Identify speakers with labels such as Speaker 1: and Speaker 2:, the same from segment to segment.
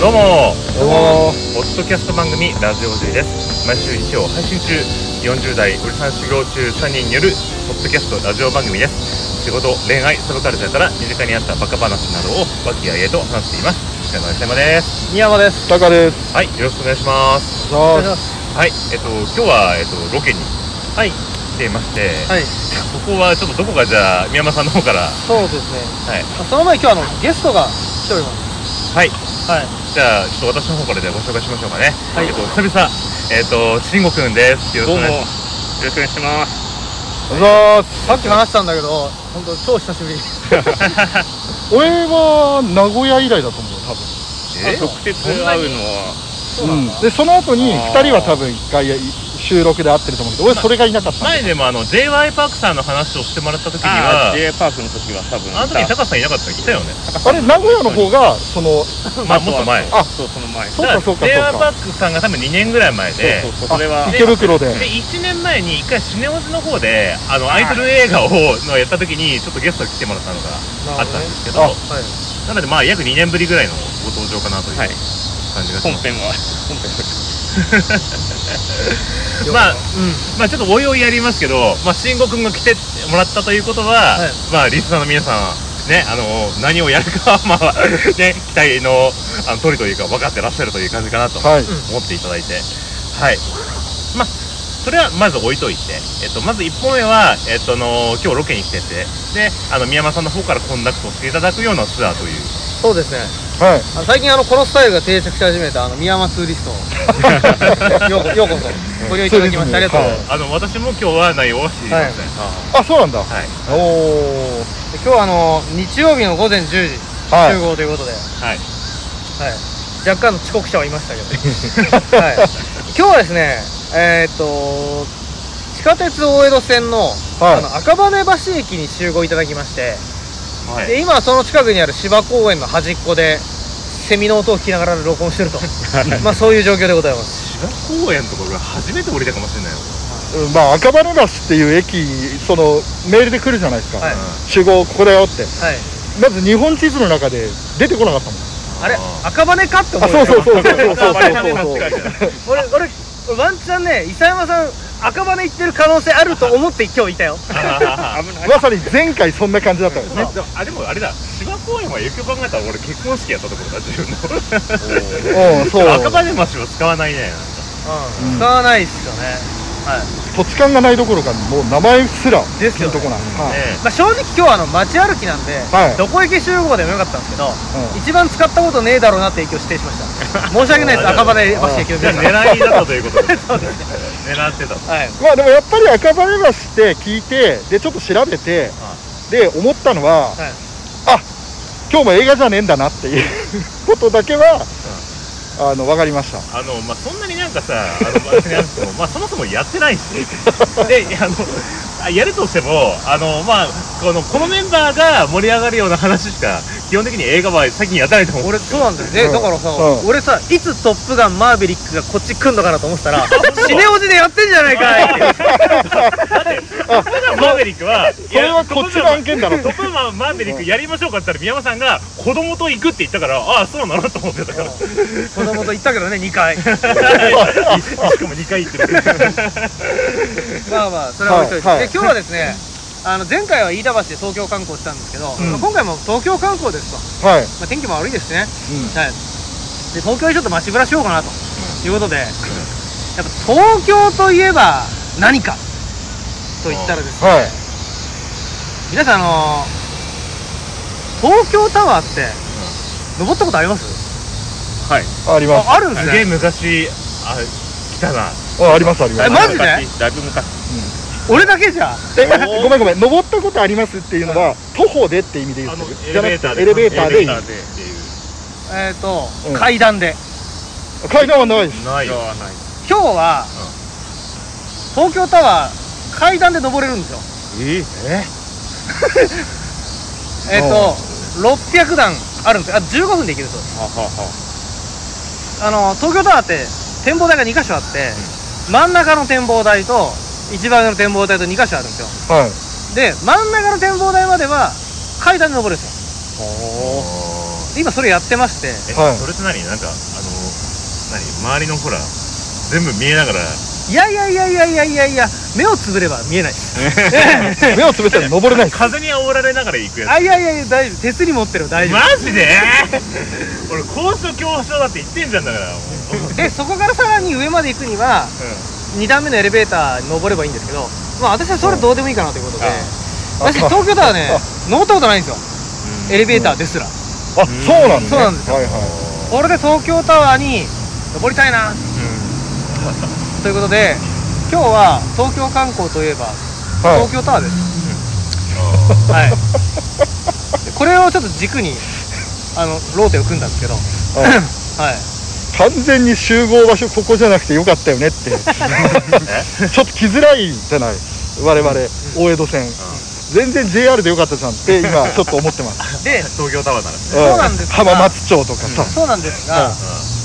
Speaker 1: どうも
Speaker 2: どうも
Speaker 1: ポッドキャスト番組ラジオ J です毎週日曜配信中40代おじさん修行中3人によるポッドキャストラジオ番組です仕事恋愛サブカルチャーから身近にあったバカ話などを和気あいあいと話しています山山です
Speaker 2: 宮山ですタカです
Speaker 1: はいよろしくお願いします
Speaker 2: お願いし
Speaker 1: ますはいえっと今日は、えっと、ロケに
Speaker 2: はい
Speaker 1: 来ていまして、
Speaker 2: はい
Speaker 1: ここはちょっとどこかじゃあ宮山さんの方からは
Speaker 2: そうですね
Speaker 1: い
Speaker 2: あその前に今日あのゲストが来ております
Speaker 1: はい
Speaker 2: はい
Speaker 1: じゃあちょっと私の方からでご紹介しましょうかね、
Speaker 2: はい
Speaker 1: えっと、久々えっと慎吾くんですよろしくお願いします
Speaker 3: よろしくお願いします。
Speaker 2: おはようございますさっき話したんだけど本当超久しぶり
Speaker 4: 俺は名古屋以来だと思う多分
Speaker 1: え
Speaker 3: 直接会うのは、
Speaker 2: そうなんだ、
Speaker 4: でその後に
Speaker 3: あー
Speaker 4: 2人は多分1回収録で会ってると思うけど俺それがいなかったんだ
Speaker 1: 前でもあの j y パークさんの話をしてもらった時には
Speaker 3: あー J パークの時は多分、
Speaker 1: あの時に高瀬さんいなかった来たよね
Speaker 4: あれ名古屋の方がその
Speaker 1: まあもっと前
Speaker 3: あとはそう、その前。
Speaker 4: そうかそうか
Speaker 1: j y
Speaker 4: そ
Speaker 1: パ
Speaker 4: う
Speaker 1: ー
Speaker 4: か
Speaker 1: クさんが多分2年ぐらい前で
Speaker 3: そうそうそう、それは
Speaker 4: あ、池袋で
Speaker 1: で1年前に1回シネオジの方であのアイドル映画をのやった時にちょっとゲストに来てもらったのがあったんですけど
Speaker 4: なる
Speaker 2: はい
Speaker 1: なのでまあ約2年ぶりぐらいのご登場かなという
Speaker 3: は
Speaker 1: 感
Speaker 3: い
Speaker 1: じがし
Speaker 3: 本
Speaker 1: ます、
Speaker 3: 編は、本編は。
Speaker 1: まあ、うん、まあちょっとおいおいやりますけど、まあ、慎吾君が来てもらったということは、
Speaker 2: はい
Speaker 1: まあ、リスナーの皆さん、ね、あの、何をやるかは、まあ、ね、期待の、あの、通りというか、分かってらっしゃるという感じかなと思
Speaker 4: はい
Speaker 1: っていただいて、はい。まあ、それはまず置いといて、えっと、まず1本目は、えっと、あの、今日ロケに来てて、で、あの、宮山さんの方からコンダクトしていただくようなツアーという、
Speaker 2: そうですね
Speaker 4: はい
Speaker 2: あの最近あのこのスタイルが定着し始めたあの宮山ツーリスト ようこようこそご利用いただきましてありがとうございます、
Speaker 1: あの、私も今日は内容は知りません。
Speaker 4: あそうなんだ
Speaker 1: はい
Speaker 4: おお
Speaker 2: で今日はあの日曜日の午前10時
Speaker 4: はい
Speaker 2: 集合ということで、
Speaker 1: はい。
Speaker 2: はい、若干の遅刻者はいましたけど、 はい、今日はですねえーっと地下鉄大江戸線の,、
Speaker 4: はい
Speaker 2: あの赤羽橋駅に集合いただきまして、
Speaker 1: はい。
Speaker 2: で今はその近くにある芝公園の端っこでセミの音を聞きながら録音してるとまあそういう状況でございます
Speaker 1: 芝公園とか俺初めて降りたかもしれないよ、
Speaker 4: うんまあ赤羽橋っていう駅そのメールで来るじゃないです
Speaker 2: はい
Speaker 4: か集合ここだよって
Speaker 2: はい
Speaker 4: まず日本地図の中で出てこなかったもん
Speaker 2: あれ
Speaker 1: あ
Speaker 2: 赤羽かって思
Speaker 4: あそうそう
Speaker 2: よ
Speaker 4: そうそうそうそう
Speaker 1: 赤羽
Speaker 4: そうそう
Speaker 2: 俺俺俺ワンチャンね伊佐山さん赤羽行ってる可能性あると思って今日いたよ
Speaker 1: あ
Speaker 3: 危ない。
Speaker 4: まさに前回そんな感じだったよね
Speaker 1: ね、でもあでもあれだ芝公園はよくよく考えたら俺結婚式やったところだ自分の
Speaker 4: うんそう
Speaker 1: 赤羽橋は使わないね
Speaker 2: うん、
Speaker 4: うん
Speaker 2: 使わないっすよねはい
Speaker 4: 土地勘がないどころかもう名前すら
Speaker 2: ですよね
Speaker 4: ピンとこない、はい
Speaker 1: ね
Speaker 2: まあ、正直今日はあの街歩きなんで、
Speaker 4: はい
Speaker 2: どこ行け集合でもよかったんですけど、
Speaker 4: うん
Speaker 2: 一番使ったことねえだろうなって影響指定しまし た申し訳ないです赤羽橋駅の
Speaker 1: じゃ
Speaker 2: 皆
Speaker 1: あ
Speaker 2: さん
Speaker 1: 狙いだったということで
Speaker 2: そうですね
Speaker 1: 狙ってた
Speaker 2: はい
Speaker 4: まあでもやっぱり赤羽橋って聞いてでちょっと調べて
Speaker 1: は
Speaker 4: で思ったの
Speaker 2: はい
Speaker 4: は、あ今日も映画じゃねえんだなっていう ことだけは、あの分かりました
Speaker 1: あの、まあ、そんなになんかさあの、まああれなんですけどまあ、そもそもやってないしであのあやるとしてもあの、まあ、このこのメンバーが盛り上がるような話しか基本的に映画は最近やってないと思う
Speaker 2: 俺そうなんだよね、
Speaker 4: うん
Speaker 2: だからさ、
Speaker 4: うん
Speaker 2: 俺さいつ「トップガンマーヴェリック」がこっち来んのかなと思ってた ら
Speaker 1: 本当
Speaker 2: シネオジでやってん じゃないかいっていう
Speaker 1: マーベリックは、そ
Speaker 4: それはこっちの案件だろ
Speaker 1: トップマンマーベリックやりましょうかって言ったら、宮山さんが子供と行くって言ったから、ああ、そうなのと思ってたから。
Speaker 2: 子供と言ったけどね2回
Speaker 1: しかも2回行ってる。
Speaker 2: まあまあそれは置いといて、
Speaker 4: はいはい
Speaker 2: で今日はですねあの前回は飯田橋で東京観光したんですけど、
Speaker 1: ん
Speaker 2: まあ今回も東京観光ですと、
Speaker 4: はい、
Speaker 2: まあ、天気も悪いですしねはい、で東京にちょっと街ぶらしようかなということで、やっぱ東京といえば何かと言ったらですね、
Speaker 4: はい
Speaker 2: 皆さん、あの東京タワーって、登ったことあります
Speaker 3: はい。
Speaker 4: あります
Speaker 2: ああるんです
Speaker 1: すげえ
Speaker 2: ね。
Speaker 1: 昔、あ、来たな。
Speaker 4: あありますありま
Speaker 2: え
Speaker 4: す
Speaker 2: マジで
Speaker 3: 昔だいぶ昔。
Speaker 2: 俺だけじゃ、
Speaker 4: え待 ってごめんごめん登ったことありますっていうのは徒歩でって意味で言
Speaker 1: あ
Speaker 4: っ
Speaker 1: の
Speaker 4: てる、
Speaker 1: エ
Speaker 4: じ
Speaker 1: レ
Speaker 4: ゃな
Speaker 1: ベー
Speaker 4: く
Speaker 1: ター
Speaker 4: て
Speaker 1: で。
Speaker 4: エレベーターでい
Speaker 1: エ
Speaker 4: い
Speaker 1: レベーターでっていう。
Speaker 2: えっ、と、
Speaker 4: うん
Speaker 2: 階段で。
Speaker 4: 階段はないです
Speaker 1: ないよ。
Speaker 3: はない。
Speaker 2: 今日は、東京タワー、階段で登れるんですよ。
Speaker 3: え
Speaker 4: え
Speaker 2: えっ、と、600段あるんですよ。あ、15分で行けるそうです。
Speaker 3: ははは。
Speaker 2: あの東京タワーって展望台が2箇所あって、真ん中の展望台と一番上の展望台と2箇所あるんですよ
Speaker 4: はい
Speaker 2: で真ん中の展望台までは階段で登るんですよ
Speaker 1: おー
Speaker 2: 今それやってまして
Speaker 1: え、
Speaker 4: はい
Speaker 1: それって何なんかあの何周りのほら全部見えながら
Speaker 2: いやいやいやいやいやいやいや目をつぶれば見えない です
Speaker 4: 目をつぶったら登れないです
Speaker 1: 風に煽られながら行くや
Speaker 2: あいやいやいや大丈夫手すり持ってるよ大
Speaker 1: つ
Speaker 2: 丈夫
Speaker 1: マジで俺高所恐怖症だって言ってんじゃんだからもう、
Speaker 2: でそこからさらに上まで行くには2段目のエレベーターに登ればいいんですけど、まあ、私はそれどうでもいいかなということで、
Speaker 3: あ
Speaker 2: 私
Speaker 4: あ
Speaker 2: 東京ではね
Speaker 4: あ
Speaker 2: 登ったことないんですよエレベーターですら、
Speaker 4: あそうなんですね
Speaker 2: そうなんですよ
Speaker 4: はいはい
Speaker 2: これで東京タワーに登りたいなということで今日は東京観光といえば
Speaker 4: はい
Speaker 2: 東京タワーです、
Speaker 1: あー
Speaker 2: はいでこれをちょっと軸にあのローテを組んだんですけど、
Speaker 4: は
Speaker 2: は
Speaker 4: い
Speaker 2: い、
Speaker 4: 完全に集合場所ここじゃなくてよかったよねってちょっと来づらいじゃない我々大江戸線全然 JR でよかったじゃんって今ちょっと思ってます、
Speaker 2: で
Speaker 1: 東京タワーならね
Speaker 2: そうなんですが
Speaker 4: 浜松町とかさ、
Speaker 2: そうなんですが、
Speaker 4: うん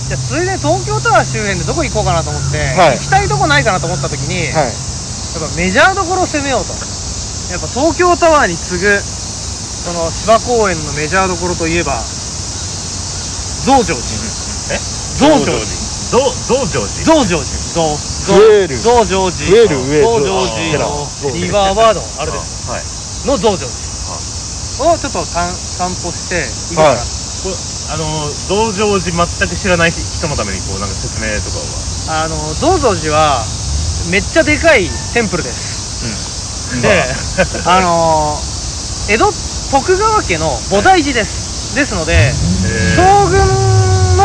Speaker 2: じゃあついでに東京タワー周辺でどこ行こうかなと思って、
Speaker 4: はい
Speaker 2: 行きたいとこないかなと思った時に、
Speaker 4: はい
Speaker 2: やっぱメジャーどころを攻めようとやっぱ東京タワーに次ぐその芝公園のメジャーどころといえば増上寺
Speaker 1: え
Speaker 2: 増上寺
Speaker 1: 増増上寺
Speaker 2: 増上寺増
Speaker 4: 増える
Speaker 2: 増上寺
Speaker 4: 増える上
Speaker 2: 増上寺
Speaker 4: あ
Speaker 2: の
Speaker 4: ー
Speaker 2: リバーワードあれです
Speaker 1: すはい
Speaker 2: の増上寺をちょっと散散歩していこうかな
Speaker 4: はい
Speaker 1: こあの増上寺全く知らない人のためにこうなんか説明とかは
Speaker 2: あの増上寺はめっちゃでかいテンプルです、で、あ、のー江戸徳川家の菩提寺ですですので将
Speaker 1: う
Speaker 2: 軍の、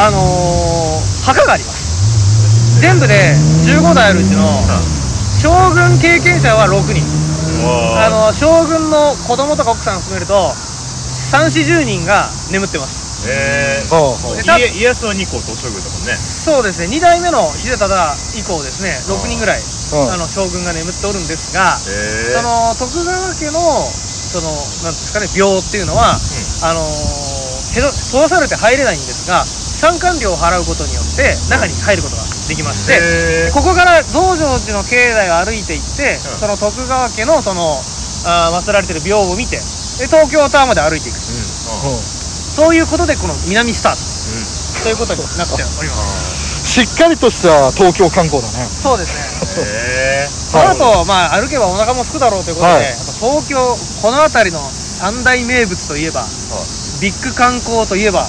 Speaker 2: あのー墓があります全部で15代あるうちの将軍経験者は6人あの将軍の子供とか奥さん含めると3 4 0人が眠ってます
Speaker 1: えー
Speaker 4: は
Speaker 1: そう
Speaker 2: でた
Speaker 1: 家家康は2個と将軍だもんね
Speaker 2: そうですね2代目の秀忠以降ですね6人ぐらい
Speaker 4: あ
Speaker 2: あ
Speaker 4: は
Speaker 2: の将軍が眠っておるんですが、
Speaker 1: え
Speaker 2: その徳川家のそのなんですかね病っていうのは、あのーへど閉ざされて入れないんですが参観料を払うことによって中に入ることができまして、
Speaker 1: え
Speaker 2: ここから増上寺の境内を歩いていって、
Speaker 1: うん
Speaker 2: その徳川家のそのあー祀られてる廟を見てで東京タワーまで歩いていく
Speaker 4: いうん
Speaker 2: そういうことでこの南スタートということになっております
Speaker 4: しっかりとした東京観光だね
Speaker 2: そうですね
Speaker 1: え
Speaker 2: その後、まあ、歩けばお腹も空くだろうということで、
Speaker 4: はい
Speaker 2: やっぱ東京、この辺りの三大名物といえば、ビッグ観光といえば、
Speaker 4: はい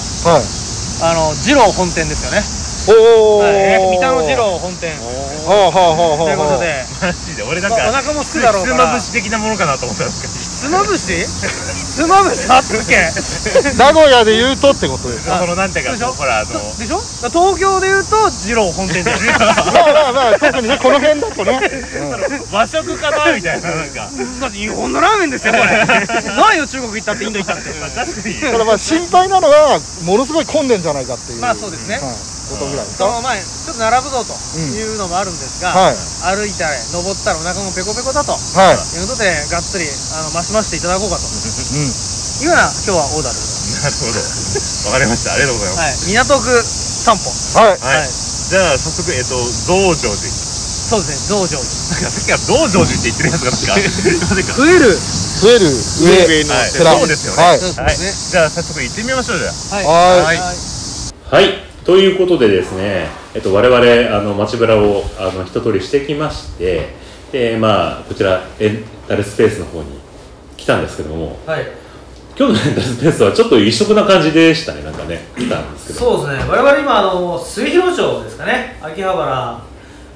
Speaker 2: あの、二郎本店ですよね。
Speaker 4: おお、
Speaker 2: はい、三田の二郎本店。
Speaker 4: はあはあはあは
Speaker 2: ということ
Speaker 4: あ
Speaker 2: で、
Speaker 1: マジで俺なん
Speaker 2: まあお
Speaker 1: か
Speaker 2: 腹も
Speaker 1: ひつ
Speaker 2: 空くだろうか
Speaker 1: まぶ
Speaker 2: ら。
Speaker 1: し的なものかなと思ったんですけど
Speaker 2: ひつまぶしひつまぶしあったっけ
Speaker 4: 名古屋で言うとってことです
Speaker 1: そのなんていう
Speaker 2: そうでし
Speaker 1: か
Speaker 2: ょ
Speaker 1: ほらあの
Speaker 2: と でしょだから東京で言うと、二郎本店です。
Speaker 4: まあまあまあ特にねこの辺だとね、うん
Speaker 1: 和食かなみたいななん か
Speaker 2: だって日本のラーメンですよ、 これ。ないよ、中国行ったって、インド行ったって。
Speaker 1: まあ確かに
Speaker 4: ただまあ心配なのはものすごい混んでんじゃないかっていう
Speaker 2: まあそうですね
Speaker 4: はい、ことぐらいです
Speaker 2: その
Speaker 4: か
Speaker 2: 前、ちょっと並ぶぞというのもあるんですが、
Speaker 4: はい
Speaker 2: 歩いたら登ったらお腹もペコペコだと
Speaker 4: はい、
Speaker 2: いうことでがっつりあの増し増していただこうかと
Speaker 4: うん
Speaker 2: いうような今日はオーダーでご
Speaker 1: なるほど
Speaker 2: ざい
Speaker 1: わかりましたありがとうございます
Speaker 2: ます、はい、港区散歩
Speaker 4: はい
Speaker 1: はい、
Speaker 2: はい
Speaker 1: じゃあ早速えっと増上寺
Speaker 2: そうですね増
Speaker 1: なん
Speaker 2: 上
Speaker 1: かさっきから増上寺って言ってるやつがなんかいません か
Speaker 2: 増える
Speaker 4: 増える上
Speaker 3: 上の
Speaker 1: はい
Speaker 4: 寺
Speaker 1: そうですよね
Speaker 4: はい
Speaker 2: そう
Speaker 1: は
Speaker 2: で
Speaker 1: い、
Speaker 2: すね
Speaker 1: じゃあ早速行ってみましょうじゃあ
Speaker 2: はい
Speaker 4: はい
Speaker 1: はい、ということでですね、えっと、我々あの街ぶらをあの一通りしてきましてで、まあ、こちらレンタルスペースの方に来たんですけども
Speaker 2: はい
Speaker 1: 今日のレンタルスペースはちょっと異色な感じでしたねなんかね来たんですけど
Speaker 2: そうですね我々今あの水広町ですかね秋葉原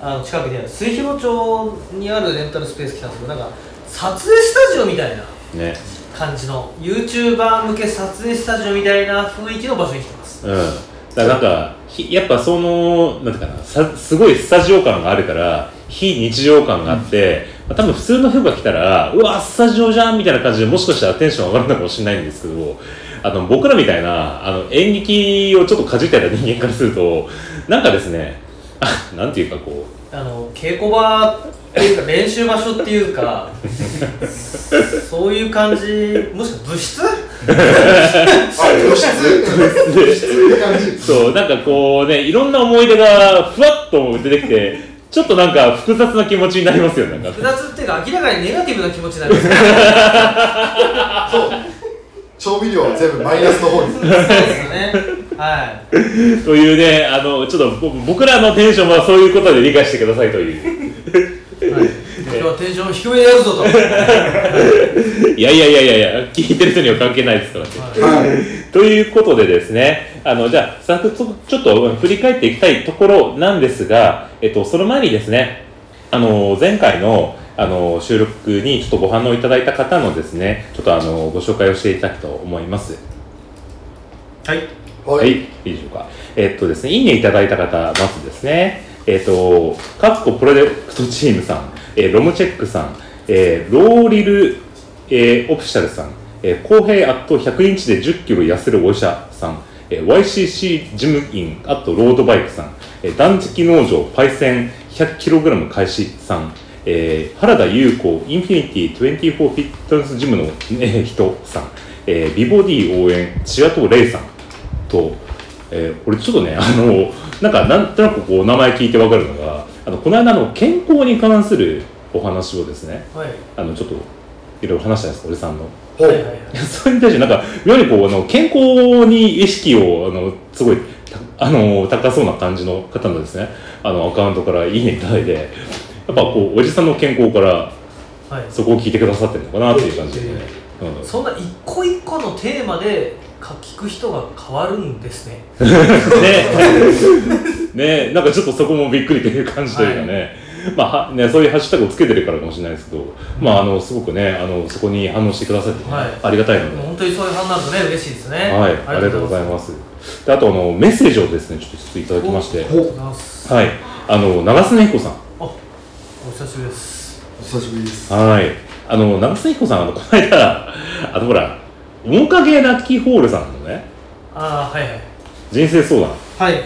Speaker 2: あの近くにある水広町にあるレンタルスペース来たんですけどなんか撮影スタジオみたいな
Speaker 1: ね
Speaker 2: 感じの YouTuber 向け撮影スタジオみたいな雰囲気の場所に来てます
Speaker 1: うんだからなんかひやっぱそのなんていうかなさすごいスタジオ感があるから非日常感があって、まあ多分普通の人が来たらうわスタジオじゃんみたいな感じでもしかしたらテンション上がるのかもしれないんですけどあの僕らみたいなあの演劇をちょっとかじったような人間からするとなんかですねあなんていうかこう
Speaker 5: あの稽古場っていうか練習場所っていう かそういう感じもしくは部室
Speaker 1: そうなんかこうねいろんな思い出がふわっと出てきてちょっとなんか複雑な気持ちになりますよねなんか
Speaker 5: 複雑っていうか明らかにネガティブな気持ちになりますねそう
Speaker 6: 調味料は全部マイナスの方に
Speaker 2: そうですよねはい
Speaker 7: というね、あの、ちょっと僕僕らのテンションはそういうことで理解してくださいという。
Speaker 2: 今日はテンション低めでやるぞと
Speaker 7: いやいやいやいやいや、聞いてる人には関係ないですからね。ということでですね、あの、じゃあ、早速ちょっと振り返っていきたいところなんですが、えっと、その前にですね、あの、前回の、あの、収録にちょっとご反応いただいた方のですね、ちょっとあの、ご紹介をしていただきたいと思います。
Speaker 2: はい
Speaker 6: は
Speaker 7: はいい、いいでしょうか。えっとですね、いいねいただいた方、まずですね、えっと、カッコプロジェクトチームさん、えーロムチェックさん、えーローリル、えーオフィシャルさん、えー、公平アット100インチで10キロ痩せるお医者さん、えー YCC ジムイン、あとロードバイクさん、えー断食農場、パイセン 100kg 開始さん、えー原田優子、インフィニティ24フィットネスジムの、えー人さん、えービボディ応援、チアトレイさん、と、えー、これちょっとねあのなんかなんとなくこう名前聞いてわかるのがあのこの間の健康に関するお話をですね
Speaker 2: はい
Speaker 7: あのちょっといろいろ話したんですおじさんの
Speaker 6: ほ
Speaker 2: はいは
Speaker 6: う
Speaker 2: い
Speaker 7: それに対してなんか妙にこうあの健康に意識をあのすごいたあの高そうな感じの方のですねあのアカウントからいいねいただいてやっぱこうおじさんの健康から
Speaker 2: はい
Speaker 7: そこを聞いてくださってるのかなっていう感じでね、うん、
Speaker 2: そんな一個一個のテーマでか聞く人が変わるんですね
Speaker 7: ねねなんかちょっとそこもびっくりという感じというかね、まあはねそういうハッシュタグをつけてるからかもしれないですけど、まああのすごくねあのそこに反応してくださってね、
Speaker 2: はい
Speaker 7: ありがたいので、
Speaker 2: 本当にそういう反応になるとね嬉しいですね
Speaker 7: はいありがとうございますであとあのメッセージをですねちょっと一ついただきまして
Speaker 2: ありがとうございます
Speaker 7: はいあの長須根彦さん
Speaker 2: お久しぶりです
Speaker 6: お久しぶりです
Speaker 7: はいあの長須根彦さんあのこの間あのほら面影ラッキーホールさんのね
Speaker 2: ああはいはい
Speaker 7: 人生相談
Speaker 2: はい
Speaker 6: はい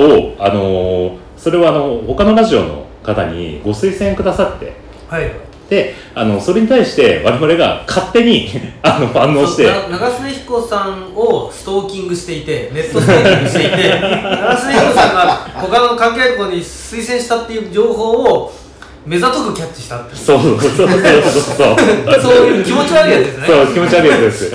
Speaker 7: を、あのーそれはあの他のラジオの方にご推薦くださって
Speaker 2: はい
Speaker 7: であのそれに対して我々が勝手に あの反応して
Speaker 2: な長曽根彦さんをストーキングしていてネットストーキングしていて 長曽根彦さんが他の関係ある子に推薦したっていう情報を目ざとくキャッチしたっていう
Speaker 7: そうそうそ うそうそう
Speaker 2: そういう気持ち悪いやつですね
Speaker 7: そう気持ち悪いやつです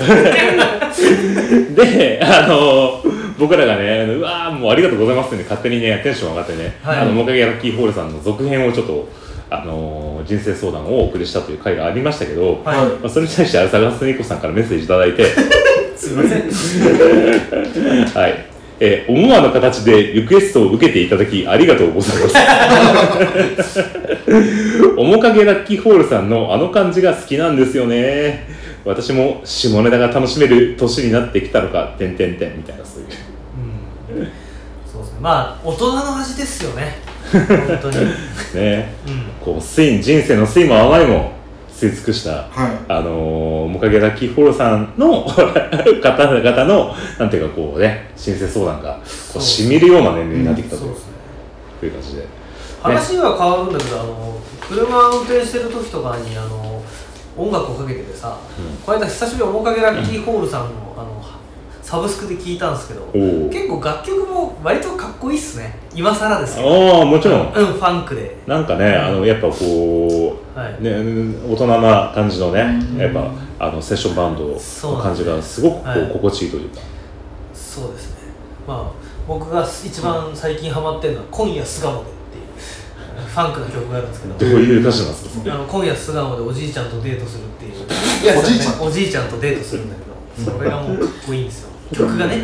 Speaker 7: であのー僕らがねあのうわーもうありがとうございますって勝手にねテンション上がってね「
Speaker 2: はい
Speaker 7: あのもかげラッキーホール」さんの続編をちょっと、あのー人生相談をお送りしたという回がありましたけど、
Speaker 2: はい
Speaker 7: まあ、それに対して朝霞澄子さんからメッセージいただいて
Speaker 2: すいません
Speaker 7: はい。えー思わぬ形でリクエストを受けていただきありがとうございます。 面影ラッキーホールさんのあの感じが好きなんですよね。私も下ネタが楽しめる年になってきたのか、てんてんてんみたいなそういう。
Speaker 2: うんそうですねまあ大人の味ですよね本当に、うん、
Speaker 7: ね。こう、スイン、人生の酸いも甘いも吸い尽くした、
Speaker 6: は
Speaker 7: あのー、面影ラッキーホールさんの 方々の、なんていうかこうね、申請相談が、こう、染みるような年齢になってきたと
Speaker 2: そう
Speaker 7: いう,、
Speaker 2: ですね
Speaker 7: という感じで。
Speaker 2: 話は変わるんだけどあの車運転してる時とかにあの音楽をかけててさ、
Speaker 7: うん
Speaker 2: この間久しぶりに面影ラッキーホールさんの,、あのサブスクで聞いたんですけど
Speaker 7: おお。
Speaker 2: 結構楽曲も割とかっこいいっすね今更ですけど
Speaker 7: ああもちろん
Speaker 2: うんファンクで
Speaker 7: なんかねあのやっぱこ
Speaker 2: はい、
Speaker 7: う、ね、大人な感じのねやっぱあのセッションバンド
Speaker 2: そう
Speaker 7: の
Speaker 2: なん
Speaker 7: 感
Speaker 2: です
Speaker 7: じがすごくこう、
Speaker 2: はい
Speaker 7: 心地いいというか
Speaker 2: そうですねまあ僕が一番最近ハマってるのは「今夜巣鴨で」っていうファンクの曲があるんですけど
Speaker 7: どういう歌詞なんですかそれ
Speaker 2: あの今夜巣鴨でおじいちゃんとデートするっていう
Speaker 6: いおじいちゃん
Speaker 2: おじいちゃんとデートするんだけどそれがもうかっこいいんですよ曲がね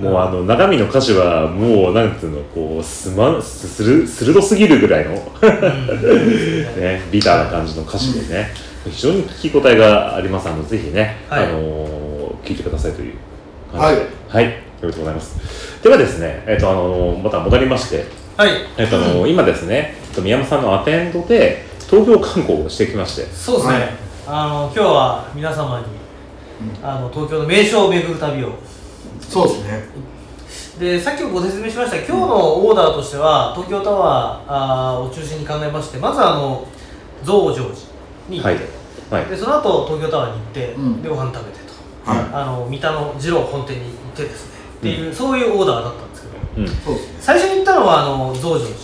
Speaker 7: もうあの中身の歌詞はもうなんていうのこうすまんする鋭すぎるぐらいの、ね、ビターな感じの歌詞でね、非常に聞き応えがありますあのぜひね、
Speaker 2: はい
Speaker 7: あの聞いてくださいという感じではい、ありがとうございますではですね、えっとあのまた戻りまして
Speaker 2: はい
Speaker 7: えっと、あの今ですね、えっと宮本さんのアテンドで東京観光をしてきまして、
Speaker 2: そうですね、
Speaker 6: はい
Speaker 2: あの今日は皆様にあの東京の名所を巡る旅を
Speaker 6: いそうですね
Speaker 2: でさっきもご説明しました今日のオーダーとしては東京タワーあーを中心に考えましてまずあの増上寺に行
Speaker 7: は
Speaker 2: っ
Speaker 7: い
Speaker 2: て、、
Speaker 7: はい、
Speaker 2: でその後東京タワーに行って、
Speaker 6: うん
Speaker 2: でご飯食べてと
Speaker 6: は
Speaker 2: あの三田の二郎本店に行ってですねっていう、そういうオーダーだったんですけど
Speaker 7: うん、
Speaker 6: いそうですね
Speaker 2: 最初に行ったのはあの増上寺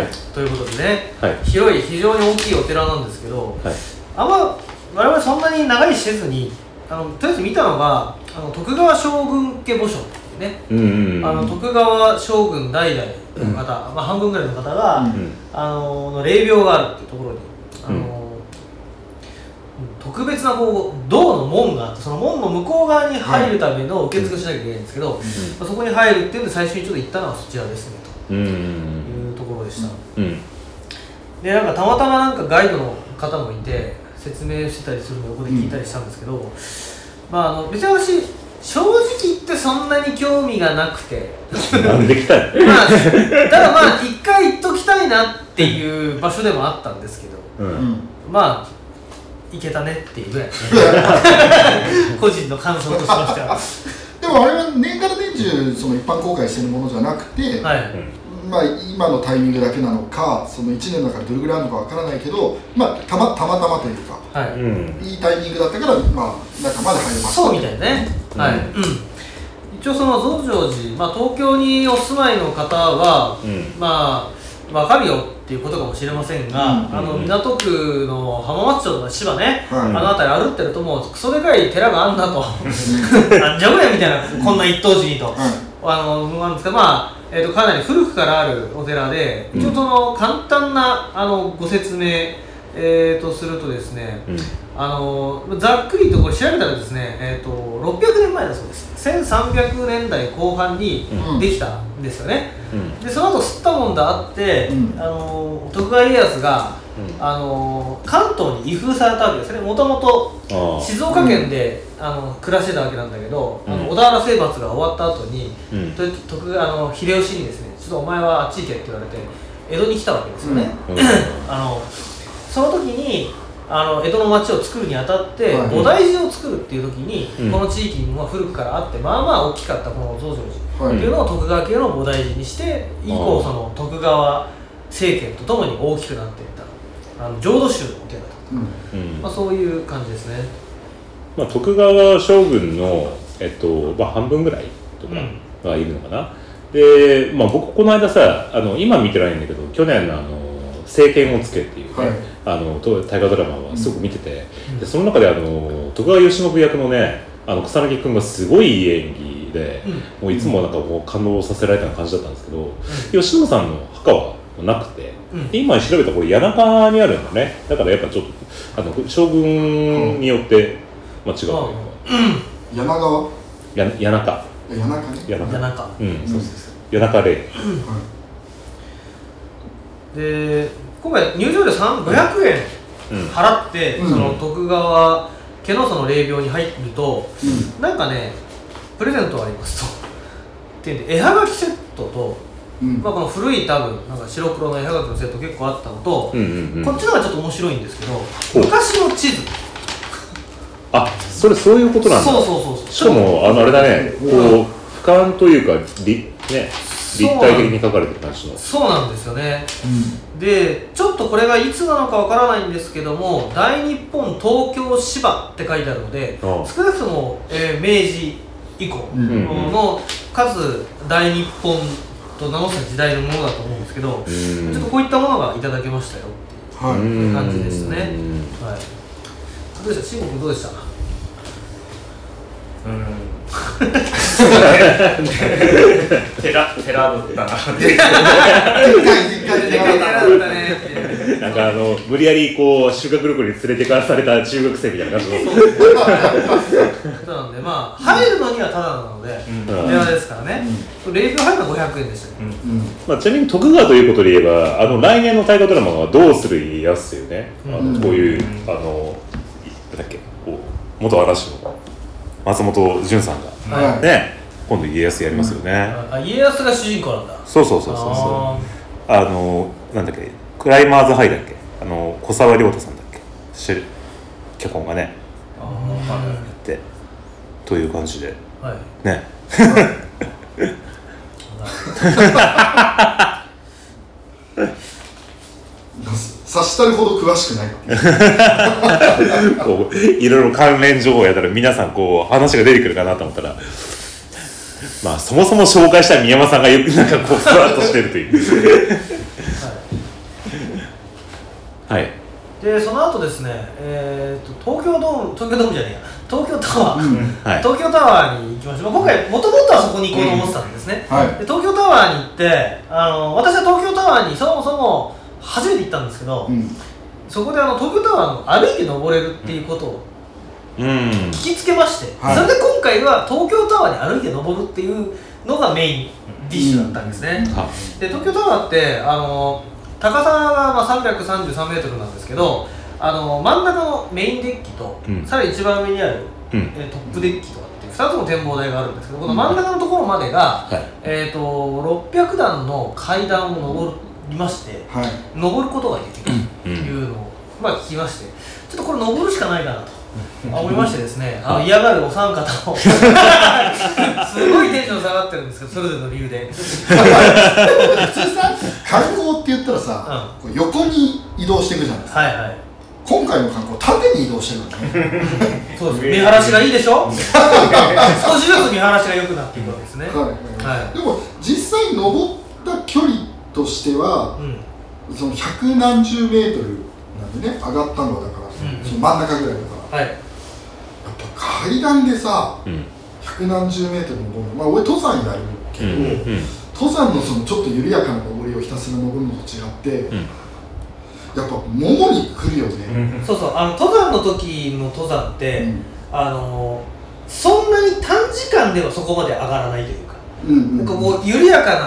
Speaker 7: はい、
Speaker 2: ということでね
Speaker 7: はい、
Speaker 2: 広い非常に大きいお寺なんですけど
Speaker 7: はい、
Speaker 2: あんま我々そんなに長いしずにあのとりあえず見たのがあの徳川将軍家墓所っていうね、
Speaker 7: うんうん
Speaker 2: あの徳川将軍代々の方、まあ、半分ぐらいの方が、
Speaker 7: うん
Speaker 2: あのの霊廟があるっていうところにあの、特別なこう銅の門があってその門の向こう側に入るための受付をしなきゃいけないんですけど、まあ、そこに入るっていうんで最初にちょっと行ったのはそちらですね
Speaker 7: うんうん
Speaker 2: というところでした、
Speaker 7: うんうん
Speaker 2: でなんかたまたまなんかガイドの方もいて説明してたりするのを横で聞いたりしたんですけど、まああの別に私正直言ってそんなに興味がなくて
Speaker 7: なんで来たよ
Speaker 2: まあ、ただまあ一回行っときたいなっていう場所でもあったんですけど
Speaker 7: うん
Speaker 2: まあ行けたねっていうぐらい、ね、個人の感想としましては
Speaker 6: でもあれは年がら年中その一般公開してるものじゃなくて、
Speaker 2: はい
Speaker 6: まあ、今のタイミングだけなのかその1年の中でどれぐらいあるのかわからないけど、まあ、たまたまたまというか
Speaker 2: はい、
Speaker 7: うん
Speaker 6: いいタイミングだったから、まあ、仲間で入りました
Speaker 2: そうみたいね、はい、うん、一応その増上寺、まあ、東京にお住まいの方は、
Speaker 7: うん
Speaker 2: まあわかるよっていうことかもしれませんが、
Speaker 6: うん
Speaker 2: あの港区の浜松町の芝ね、
Speaker 6: はい
Speaker 2: あの辺り歩ってるともうクソでかい寺があんだ となんじゃこりゃみたいなこんな一等地にと、あの思うんですがまあえー、とかなり古くからあるお寺で、一応その簡単なあのご説明、えー、とするとですね、
Speaker 7: うん
Speaker 2: あのざっくりとこれ調べたらですね、えー、と600年前だそうです1300年代後半に
Speaker 6: うん
Speaker 2: できたんですよね、
Speaker 7: うん
Speaker 2: でその後吸ったもんだあって、
Speaker 6: うん
Speaker 2: あの徳川家康が、
Speaker 7: うん
Speaker 2: あの関東に移風されたわけですよねもともと
Speaker 7: ああ
Speaker 2: 静岡県で、あの暮らしてたわけなんだけど、あ
Speaker 7: うん
Speaker 2: の小田原征伐が終わった後に、
Speaker 7: うん
Speaker 2: と徳あの秀吉にですねちょっとお前はあっち行けって言われて江戸に来たわけですよね、
Speaker 6: う
Speaker 7: う
Speaker 6: ん
Speaker 7: ん
Speaker 2: あのその時にあの江戸の町を作るにあたって、
Speaker 6: はい
Speaker 2: 菩提寺を作るっていう時に、
Speaker 7: うん
Speaker 2: この地域にも古くからあってまあまあ大きかったこの増上寺っ
Speaker 6: はい
Speaker 2: ていうのを徳川家の菩提寺にして以降
Speaker 7: あー
Speaker 2: その徳川政権とともに大きくなっていったあの浄土宗のお寺だと、
Speaker 6: う
Speaker 7: う
Speaker 6: ん
Speaker 7: ん
Speaker 2: まあ、そういう感じですね、
Speaker 7: まあ、徳川将軍の、えっとまあ、半分ぐらいとか
Speaker 2: うん
Speaker 7: がいるのかな、で、まあ、僕この間さあの今見てないんだけど去年のあの「政権をつけ」っていう、ね
Speaker 6: はい
Speaker 7: あのと大河ドラマはすごく見てて、
Speaker 2: うん
Speaker 7: でその中であの徳川慶喜役のねあの草薙君がすごいいい演技で、
Speaker 2: うん
Speaker 7: もういつもなんかもう感動させられたような感じだったんですけど、吉野さんの墓はなくて、
Speaker 2: うん
Speaker 7: で今調べたらこれ谷中にあるんだねだからやっぱちょっとあの将軍によって、まあ、違うというか、
Speaker 6: 柳川
Speaker 7: や谷中
Speaker 6: え谷中ね
Speaker 7: 谷
Speaker 2: じゃあ
Speaker 7: 中
Speaker 2: なんか
Speaker 7: うんそううんそう谷中で
Speaker 2: で今回入場料3 500円
Speaker 7: うん
Speaker 2: 払って、
Speaker 6: うん
Speaker 2: その徳川家のその霊廟に入ると、なんかねプレゼントありますと。っていうんで絵はがきセットと、
Speaker 6: うん
Speaker 2: まあ、この古い多分なんか白黒の絵はがきのセット結構あったのと、
Speaker 7: うんうんうん
Speaker 2: こっちの方がちょっと面白いんですけど
Speaker 7: お
Speaker 2: 昔の地図
Speaker 7: あそれそういうことなんだ
Speaker 2: そうそうそうそう
Speaker 7: しかもあのあれだねこう俯瞰というかりね立体的に書かれてる感じの
Speaker 2: そうなんですよね、でちょっとこれがいつなのかわからないんですけども「大日本東京芝」って書いてあるので
Speaker 7: ああ
Speaker 2: 少なくとも、えー明治以降
Speaker 6: うん
Speaker 7: うん
Speaker 2: の、かつ大日本と名乗せた時代のものだと思うんですけど、
Speaker 7: うん
Speaker 2: ちょっとこういったものがいただけましたよっていう
Speaker 6: はい、
Speaker 7: うん
Speaker 2: 感じですねはい。どうでした、慎吾君どうでした。
Speaker 3: 寺、寺だったな。
Speaker 6: でっかいでっかい
Speaker 2: でかい寺だったねって。
Speaker 7: なんかあの無理やりこう修学旅行に連れてかされた中学生みたいな感じの
Speaker 2: そうなんで、まあ、入るのにはただなので、
Speaker 7: うん
Speaker 2: 電話ですからね。レイ入るのは五百円でしたね。
Speaker 7: まあ、ちなみに徳川ということで言えばあの来年の大河ドラマは「どうする家康」というねあのこういうあのなんだっけこう元嵐の松本潤さんが
Speaker 6: はいはい
Speaker 7: ね今度家康やりますよね、
Speaker 2: あ、家康が主人公なんだ。
Speaker 7: そうそうそうそうそうあのなんだっけクライマーズハイだっけあの小沢亮太さんだっけしてる脚本がねやってという感じで
Speaker 2: あーはい。
Speaker 7: ね
Speaker 6: 察したるほど詳しくないっていう
Speaker 7: こういろいろ関連情報やったら皆さんこう話が出てくるかなと思ったらまあそもそも紹介した宮山さんがよくなんかこうふわっとしてるというはい
Speaker 2: でその後ですね、えー、と東京ドーム東京ドームじゃねえや東京タワー、
Speaker 7: はい
Speaker 2: 東京タワーに行きました、まあ、今回もともとはそこに行こうと思ってたんですね、
Speaker 6: はい
Speaker 2: で東京タワーに行ってあの私は東京タワーにそもそも初めて行ったんですけど、
Speaker 6: うん
Speaker 2: そこであの東京タワーの歩いて登れるっていうことを
Speaker 7: うん
Speaker 2: 聞きつけまして、
Speaker 6: はい
Speaker 2: それで今回は東京タワーに歩いて登るっていうのがメインディッシュだったんですね、
Speaker 7: は
Speaker 2: で東京タワーってあの高さがまあ333メートルなんですけどあの真ん中のメインデッキと、
Speaker 7: うん
Speaker 2: さらに一番上にある、
Speaker 7: うん
Speaker 2: えートップデッキとかっていう2つの展望台があるんですけどこの真ん中のところまでが、
Speaker 7: はい
Speaker 2: えー、と600段の階段を上りまして
Speaker 6: はい
Speaker 2: 登ることができると
Speaker 7: うん
Speaker 2: いうのを、まあ、聞きましてちょっとこれ登るしかないかなと。思いましてですね、あ
Speaker 7: は
Speaker 2: の
Speaker 7: い
Speaker 2: 嫌がるお三方をすごいテンション下がってるんですけどそれぞれの理由で
Speaker 6: 普通さ観光って言ったらさ、こう横に移動していくじゃないですか
Speaker 2: はいはい
Speaker 6: 今回の観光縦に移動してるのね
Speaker 2: そうです見晴らしがいいでしょ少しずつ見晴らしが良くなっていくわけですね、
Speaker 6: はい
Speaker 2: はい
Speaker 6: でも実際登った距離としては
Speaker 2: うん、
Speaker 6: その百何十メートルなんでね上がったのはだから、
Speaker 2: ん
Speaker 6: その真ん中ぐらいだから
Speaker 2: はい
Speaker 6: やっぱ階段でさ
Speaker 7: いうん
Speaker 6: 百何十メートル登るまあ俺登山やるけ
Speaker 7: う
Speaker 6: ど、
Speaker 7: んうん
Speaker 6: 登山のそのちょっと緩やかな登りをひたすら登るのと違って、
Speaker 7: ん
Speaker 6: やっぱももに来るよね、
Speaker 2: そうそうあの登山の時の登山って、
Speaker 6: うん
Speaker 2: あのそんなに短時間ではそこまで上がらないというか、
Speaker 6: うんうんうん、
Speaker 2: こうこう緩やか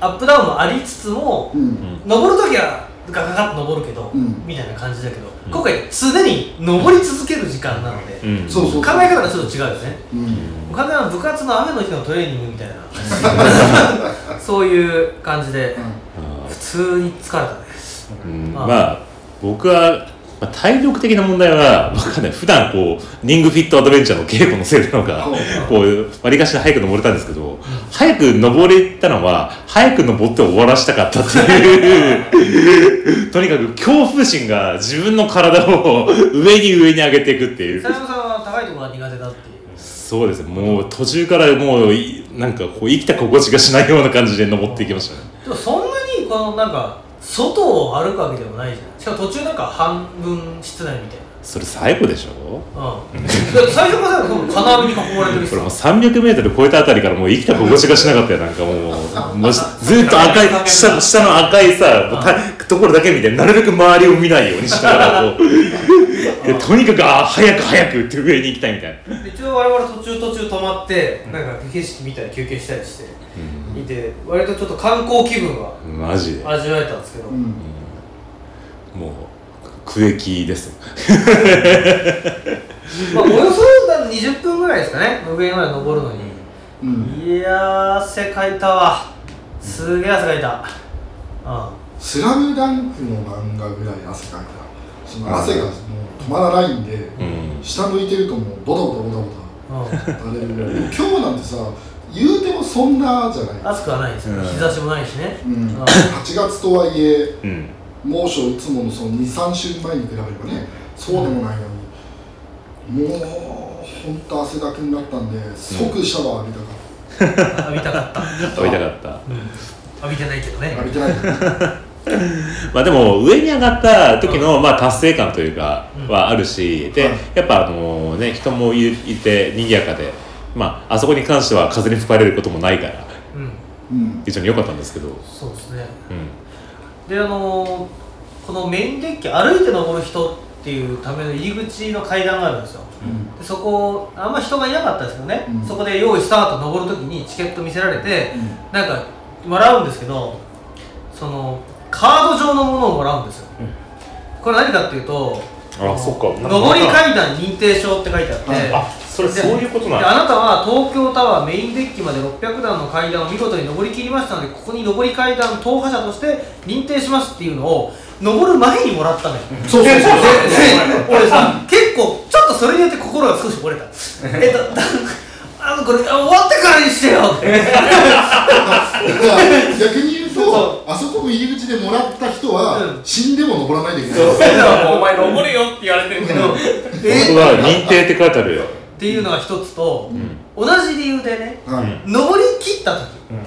Speaker 2: なアップダウンもありつつも
Speaker 6: うん
Speaker 2: 登る時はガガガッと登るけど、
Speaker 6: うん
Speaker 2: みたいな感じだけど、
Speaker 7: うん
Speaker 2: 今回常に登り続ける時間なので、
Speaker 7: うん
Speaker 6: そうそう
Speaker 2: 考え方がちょっと違うですね
Speaker 6: うん
Speaker 2: 完全な部活の雨の日のトレーニングみたいな そういう感じで
Speaker 7: あ
Speaker 2: 普通に疲れたね
Speaker 7: ーうん
Speaker 2: あー
Speaker 7: まあ僕はまあ体力的な問題はわかんない普段こうリングフィットアドベンチャーの稽古のせいなのかこ
Speaker 6: そう
Speaker 7: うわりかし早く登れたんですけど早く登れたのは早く登って終わらしたかったっていうとにかく恐怖心が自分の体を上に上に上げていくっていう
Speaker 2: 北島さんは高いところが苦手だっていう
Speaker 7: そうですねもう途中からもういなんかこう生きた心地がしないような感じで登っていきましたね
Speaker 2: でもそんなにこのなんか外を歩くわけでもないじゃんしかも途中なんか半分室内みたい
Speaker 7: それ最後でしょ
Speaker 2: な うんだって最初からさ金網に囲まれてるし
Speaker 7: これもう 300m 超えたあたりからもう生きた心地がしなかったよなんかもうもうずずっと赤い下下の赤いさもうたところだけ見てなるべく周りを見ないようにしながらこうでとにかくあー早く早くって上に行きたいみたいな、
Speaker 2: で一応我々途中途中止まってなんか景色見たり休憩したりしていて割とちょっと観光気分は
Speaker 7: マジで
Speaker 2: 味わえたんですけど、
Speaker 6: うん
Speaker 7: もう苦役です
Speaker 2: まあ、およそ20分ぐらいですかね上まで登るのに、
Speaker 6: うん
Speaker 2: いやー汗かいたわすげえ汗かいたう
Speaker 6: スラムダンクの漫画ぐらい汗かいたその汗がもう止まらないんで、
Speaker 7: ん
Speaker 6: 下向いてるともうボタボタボタボ
Speaker 2: ん、うん、
Speaker 6: タ垂れるぐらい今日なんてさ言うてもそんなじゃない、
Speaker 2: 暑くはないですよ、
Speaker 7: うん
Speaker 2: 日差しもないしね、
Speaker 6: う、
Speaker 2: うんん
Speaker 6: 8月とはいえ
Speaker 7: うん
Speaker 6: 猛暑いつものその23週前に比べればねそうでもないのに、もう本当汗だくになったんで即シャワー浴びたか
Speaker 2: 浴びたかった、
Speaker 7: 飛びたかった
Speaker 2: うん、浴びてないけどね
Speaker 6: ら浴びてないから
Speaker 7: まあでも上に上がった時のまあ達成感というか
Speaker 2: うん
Speaker 7: はあるし
Speaker 6: は
Speaker 7: で
Speaker 6: い
Speaker 7: やっぱあのね人もいいて賑やかでまああそこに関しては風に吹かれることもないから
Speaker 2: うん
Speaker 6: うん
Speaker 7: 非常に良かったんですけど、
Speaker 2: そうですね
Speaker 7: うん、
Speaker 2: であのー、このメインデッキ歩いて登る人っていうための入り口の階段があるんですよ
Speaker 6: うん
Speaker 2: でそこあんま人がいなかったですけどね、
Speaker 6: うん
Speaker 2: そこで用意スタート登るときにチケット見せられて、
Speaker 6: うん
Speaker 2: なんか笑うんですけどそのカード状のものをもらうんですよ、これ何かっていうと
Speaker 7: あ
Speaker 2: の
Speaker 7: そっかなんか
Speaker 2: 上り階段認定証って書いてあって、
Speaker 6: はい
Speaker 7: あそれそういうこと
Speaker 2: で
Speaker 7: なんだ
Speaker 2: あなたは東京タワーメインデッキまで600段の階段を見事に上り切りましたのでここに上り階段踏破者として認定しますっていうのを上る前にもらったのよ
Speaker 6: そうそうそう
Speaker 2: でで俺さ結構ちょっとそれによって心が少し折れたえっとだあのこれあ終わってからにしてよって
Speaker 6: だから逆に言う
Speaker 2: そ
Speaker 6: とあそこの入り口でもらった人
Speaker 2: う
Speaker 6: は
Speaker 2: ん
Speaker 6: 死んでも登らないといけない
Speaker 3: そうそうそう お前登るよって言われてるけど
Speaker 7: 本当だ認定って書いてあるよ、
Speaker 2: っていうのが一つと、同じ理由でね
Speaker 6: はい
Speaker 2: 登り切った時、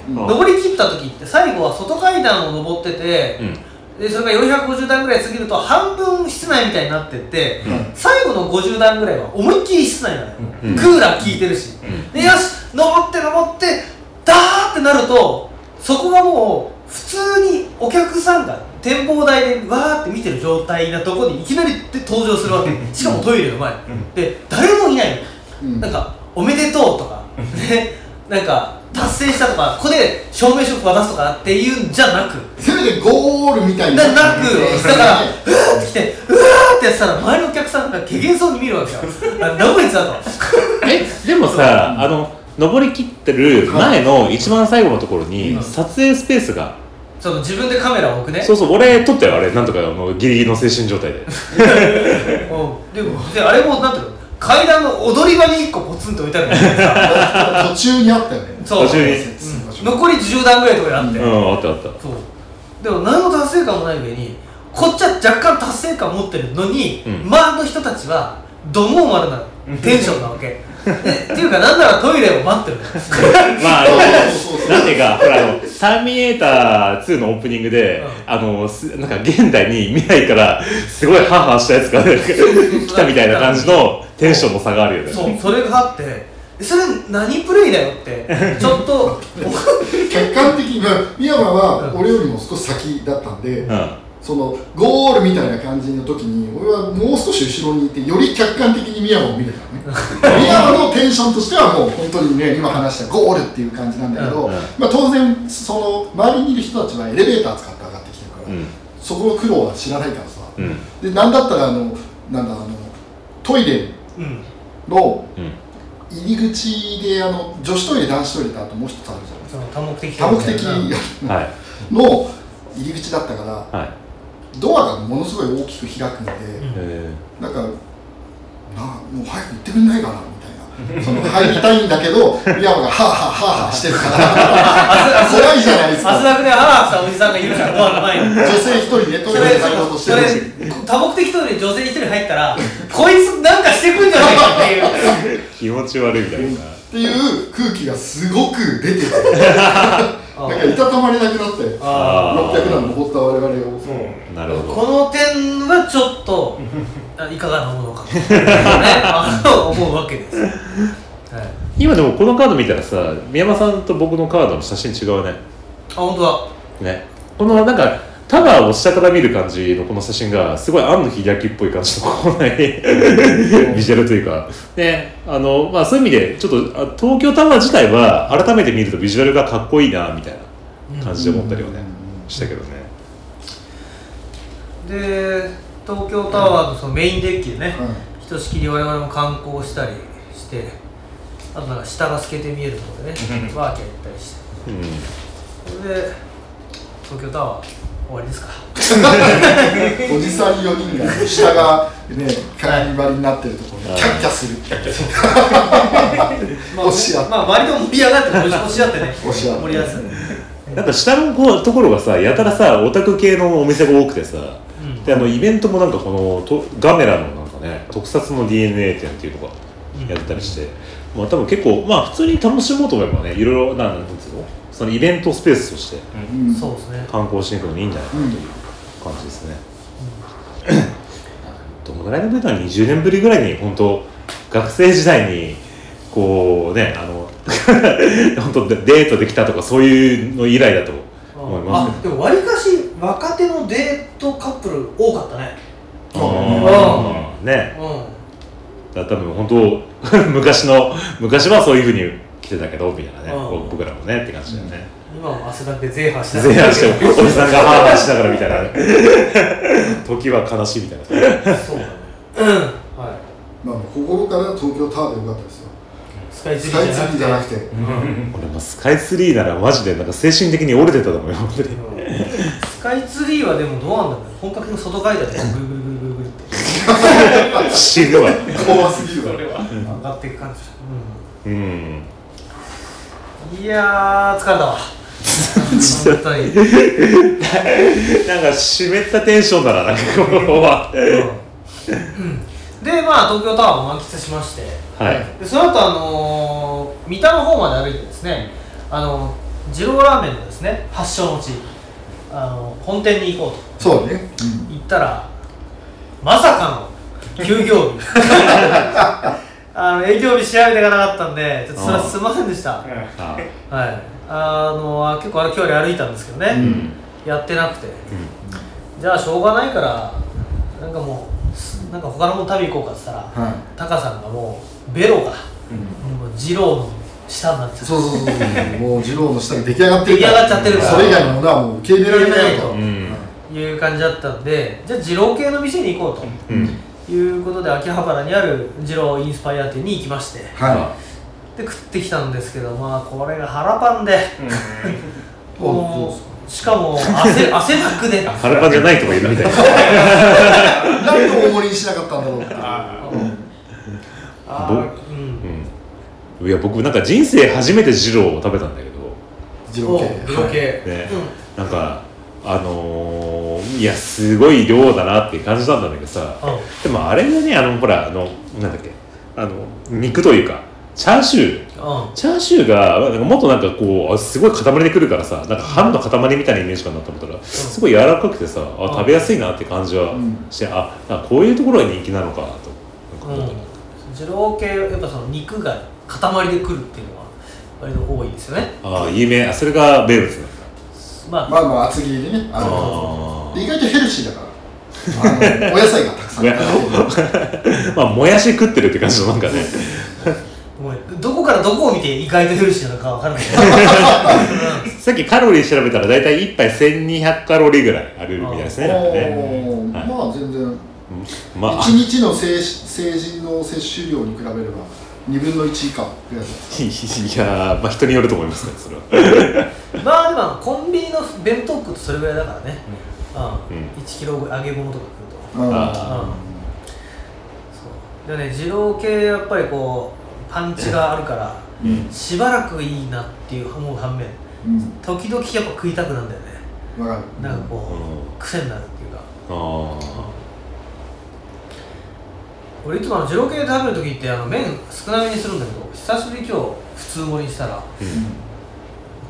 Speaker 7: うん
Speaker 2: 登り切った時って最後は外階段を登ってて、
Speaker 7: うん
Speaker 2: でそれが450段ぐらい過ぎると半分室内みたいになってって、最後の50段ぐらいは思いっきり室内なのよ、
Speaker 7: うん
Speaker 2: クーラー効いてるし、でよし登って登ってダーってなるとそこがもう普通にお客さんが展望台でわーって見てる状態なとこにいきなりで登場するわけしかもトイレの前、で誰もいないの
Speaker 6: うん
Speaker 2: なんか「おめでとう」とか、ね、なんか達成したとかここで証明書渡すとかっていうんじゃなく
Speaker 6: せめてゴールみたい
Speaker 2: な
Speaker 6: な
Speaker 2: なくだからうわ ーって来てうわーってやってたら周りのお客さんがけげんそうに見るわけよあどこ行ってたと
Speaker 7: えでもさあの登りきってる前の一番最後のところに撮影スペースが
Speaker 2: その自分でカメラを置くね
Speaker 7: そうそう俺撮ったよあれなんとかあのギリギリの精神状態で
Speaker 2: うんでもであれもなんていうの階段の踊り場に一個ポツンと置いてあるみたいなさ
Speaker 6: 途中にあった よね
Speaker 2: そう
Speaker 7: 途中に
Speaker 2: うん残り10段ぐらいのとかにあって、
Speaker 7: うんあったあった
Speaker 2: そうでも何の達成感もない上にこっちは若干達成感持ってるのに、
Speaker 7: うん
Speaker 2: 周りの人たちはどもうまるなテンションなわけ でっていうかなんならトイレを待ってるの
Speaker 7: まああの
Speaker 6: そうそう
Speaker 7: なんていうかほらあの「ターミネーター2」のオープニングで、
Speaker 2: う
Speaker 7: あのすなんか現代に未来からすごいハーハーしたやつが、ね、来たみたいな感じのテンションの差があるよね
Speaker 2: そうそれがあってえそれ何プレイだよってちょっと
Speaker 6: 客観的にまあ深山は俺よりも少し先だったんで、
Speaker 7: うん
Speaker 6: そのゴールみたいな感じの時に俺はもう少し後ろにいてより客観的に深山を見れたのね深山のテンションとしてはもう本当にね今話したゴールっていう感じなんだけ
Speaker 7: う
Speaker 6: ど、
Speaker 7: んうん
Speaker 6: まあ、当然その周りにいる人たちはエレベーター使って上がってきてるから、
Speaker 7: うん
Speaker 6: そこの苦労は知らないからさ、
Speaker 7: うん
Speaker 6: でなんだったらあのなんだあのトイレ
Speaker 2: うん
Speaker 6: の
Speaker 7: うん
Speaker 6: 入り口であの女子トイレ男子トイレってあともう一つあるじゃないです
Speaker 2: そ
Speaker 6: か
Speaker 2: の多目的
Speaker 6: 多目的
Speaker 2: な
Speaker 7: はい
Speaker 6: の入り口だったから
Speaker 7: はい
Speaker 6: ドアがものすごい大きく開くので、
Speaker 7: え
Speaker 6: なんかなあもう早く行ってくんないかなみたいなその入りたいんだけどイヤマがハーハーハーハーしてる から怖いじゃないです
Speaker 2: 汗
Speaker 6: か
Speaker 2: だくでハーハーしたおじさんがいるからドアの前に
Speaker 6: 女性一人ねト
Speaker 2: そ
Speaker 6: イ
Speaker 2: れ
Speaker 6: レに入 ろうとし
Speaker 2: そ
Speaker 6: て
Speaker 2: れ
Speaker 6: るし
Speaker 2: 多目的トイレに女性一人入ったらこいつなんかしてくんじゃないかっていう
Speaker 7: ー気持ち悪いみたいな
Speaker 6: っていう空気がすごく出 てて
Speaker 2: あ
Speaker 6: なんかいたたまれなくなって600
Speaker 7: あー
Speaker 6: 段登った我々を
Speaker 7: なるほ
Speaker 2: この点はちょっとあいかがなものかと、ね、あの思うわけです、はい、
Speaker 7: ど今でもこのカード見たらさ宮山さんと僕のカードの写真違うね
Speaker 2: あ本当だ
Speaker 7: ねこのなんかタワーを下から見る感じのこの写真がすごい庵野秀明っぽい感じのこないビジュアルというか、ねあのまあ、そういう意味でちょっとあ東京タワー自体は改めて見るとビジュアルがかっこいいなみたいな感じで思ったりはね、したけどね
Speaker 2: で東京タワーのそのメインデッキでね、
Speaker 6: はい
Speaker 2: ひとしきり我々も観光したりしてあとなんか下が透けて見えるところでねワーキャー行ったりしてそれで東京タワー終わりですか
Speaker 6: おじさん4人が下がねカニバリになってるところでキャッキャする
Speaker 2: まあ、
Speaker 6: 押し合って
Speaker 2: まあ割と盛り上がって押し合ってね
Speaker 6: 押し合って
Speaker 2: 盛り上がってたね
Speaker 7: うん、なんか下のこうところがさやたらさオタク系のお店が多くてさ
Speaker 2: うん
Speaker 7: であのイベントもなんかこのとガメラのなんかね特撮の DNA 展っていうのがやったりして、まあ多分結構まあ普通に楽しもうと思えばねいろいろなんなんつうのそのイベントスペースとして
Speaker 6: うん
Speaker 2: そうですね
Speaker 7: 観光していくのにいいんじゃないかなという感じですね、 どのぐらいのぶりだろう20年ぶりぐらいに本当学生時代にこうねあの 本当デートできたとかそういうの以来だと思いますね
Speaker 2: あでもわりかし若手のデートカップル多かったね
Speaker 7: あーね
Speaker 2: う
Speaker 7: だ多分本当 昔の昔はそういうふうに来てたけどみたいなね、
Speaker 2: うん
Speaker 7: 僕らもねって感じだよね
Speaker 2: ん今も汗だくでゼーハーして
Speaker 7: 全員しておじさんがハーハーしながらみたいなね 時は悲しいみたいな
Speaker 2: そうだねうんはい
Speaker 6: まあ心から東京タワーでよかったですよ
Speaker 2: スカイツ
Speaker 6: ス
Speaker 2: リ
Speaker 6: カイ
Speaker 2: ーじ
Speaker 6: ツ
Speaker 2: ゃな
Speaker 6: リ
Speaker 2: く
Speaker 6: ーじ
Speaker 2: て
Speaker 6: ゃなくて
Speaker 7: 俺もスカイツリーならマジでなんか精神的に折れてたと思うよ本当に
Speaker 2: うんスカイツリーはでもどうなんだろうね本格の外階段でぐるぐるぐるぐるぐるって
Speaker 7: 死ぬわ
Speaker 6: 怖すぎるわ
Speaker 2: 上がっていく感じ、
Speaker 7: う
Speaker 2: う
Speaker 7: ん
Speaker 2: ん、いやー疲れ たわ本当に、うん、
Speaker 7: なんか湿ったテンションだななんかこのは
Speaker 2: うんでまあ東京タワーを満喫しまして
Speaker 7: はい
Speaker 2: でその後あのー、三田の方まで歩いてですねあの二郎ラーメンのですね発祥の地あの本店に行こう
Speaker 6: そうね、
Speaker 2: と言ったらまさかの休 業日あの営業日調べていかなかったんでちょっとそれはすいませんでしたはい
Speaker 7: あ
Speaker 2: あの結構あれ距離歩いたんですけどね、
Speaker 7: うん
Speaker 2: やってなくて、じゃあしょうがないからなんかもうすなんか他のもん食べ行こうかっつったら、
Speaker 6: はい
Speaker 2: タカさんがもうベロが、もう二郎の下になっちゃって
Speaker 6: そうそうそうそうもう二郎の下に出来上がってる
Speaker 2: 出来上がっちゃってるから
Speaker 6: それ以外のものはもう受け入れられないと、
Speaker 2: う
Speaker 7: うん
Speaker 2: いう感じだったんでじゃあ二郎系の店に行こうと、
Speaker 7: うん
Speaker 2: いうことで秋葉原にある二郎インスパイア店に行きまして
Speaker 6: は
Speaker 2: で食ってきたんですけどまあこれが腹パンで、
Speaker 6: うん
Speaker 2: もうしかも 汗汗だくで
Speaker 7: 腹パンじゃない人がいるみたいです
Speaker 6: い、なんで大盛りにしなかったんだろうっていう
Speaker 2: あ
Speaker 7: ぼ
Speaker 2: ーうん
Speaker 7: うんいや僕なんか人生初めて二郎を食べたんだけど
Speaker 6: 二郎系
Speaker 2: お二郎系、
Speaker 7: ね、なんかあのーいやすごい量だなって感じたんだけどさ、でもあれがねあのほらあのなんだっけあの肉というかチャーシュー
Speaker 2: うん
Speaker 7: チャーシューがなんかもっとなんかこうあすごい塊でくるからさなんかハムの塊みたいなイメージかなと思ったらすごい柔らかくてさあ食べやすいなって感じは
Speaker 6: うん
Speaker 7: して、あなんかこういうところが人気なのかとなんか思ったな
Speaker 2: 二郎系やっぱその肉が塊でくるっていうのは割と多いですよね
Speaker 7: ああ有名あそれが名物なんだ
Speaker 2: まあ、
Speaker 6: まあまあ厚切りでねあ
Speaker 7: あ
Speaker 6: の意外とヘルシーだからあのお野菜がたくさん入ってる
Speaker 7: ー まあもやし食ってるって感じのなんかね
Speaker 2: ごめんどこからどこを見て意外とヘルシーなのかわからない けど
Speaker 7: さっきカロリー調べたら大体1杯1200カロリーぐらいあるみたいですねなんかね
Speaker 6: おー
Speaker 7: はい
Speaker 6: まあ全然
Speaker 7: まあ
Speaker 6: 1日の成成人の摂取量に比べれば2分の1以下ぐらいだ
Speaker 7: いやー、まあ、人によると思いますね、それは。
Speaker 2: まあでもあのコンビニの弁当食うとそれぐらいだからね、うん
Speaker 7: うん
Speaker 2: 1キロぐらい揚げ物とか食うと
Speaker 6: うん
Speaker 7: あ
Speaker 2: そうでね二郎系やっぱりこうパンチがあるから、しばらくいいなっていう思う反面
Speaker 6: うん
Speaker 2: 時々やっぱ食いたくなんだよね
Speaker 6: わかる
Speaker 2: なんかこ
Speaker 7: ー
Speaker 2: う、癖になるっていうか
Speaker 7: あー
Speaker 2: 俺いつもあの二郎系で食べる時ってあの麺少なめにするんだけど久しぶりに今日普通盛りにしたら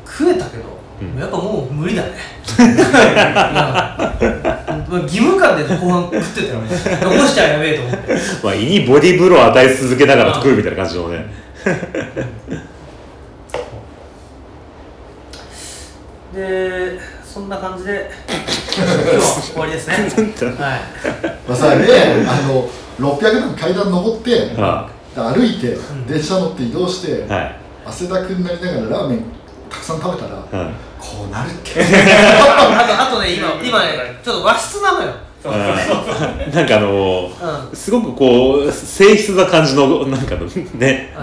Speaker 2: 食えたけど、
Speaker 7: うん
Speaker 2: やっぱもう無理だね うん義務感で後半食ってたよね残しちゃやべえと思って
Speaker 7: まあ、胃にボディーブローを与え続けながら食うみたいな感じのね。
Speaker 2: でそんな感じで今日は終わりですねはい
Speaker 6: まあさねあの600段階段登って
Speaker 7: あ
Speaker 6: 歩いて
Speaker 2: ん
Speaker 6: 電車乗って移動して、
Speaker 7: ーはい。
Speaker 6: 汗だくになりながらラーメンたくさん食べたら、こ
Speaker 7: うん
Speaker 6: うなるって
Speaker 2: あとあとね今今ねちょっと和室なのよ
Speaker 7: うん なんかあの
Speaker 2: うんは
Speaker 7: ー、すごくこう、性質な感じの、なんかのね、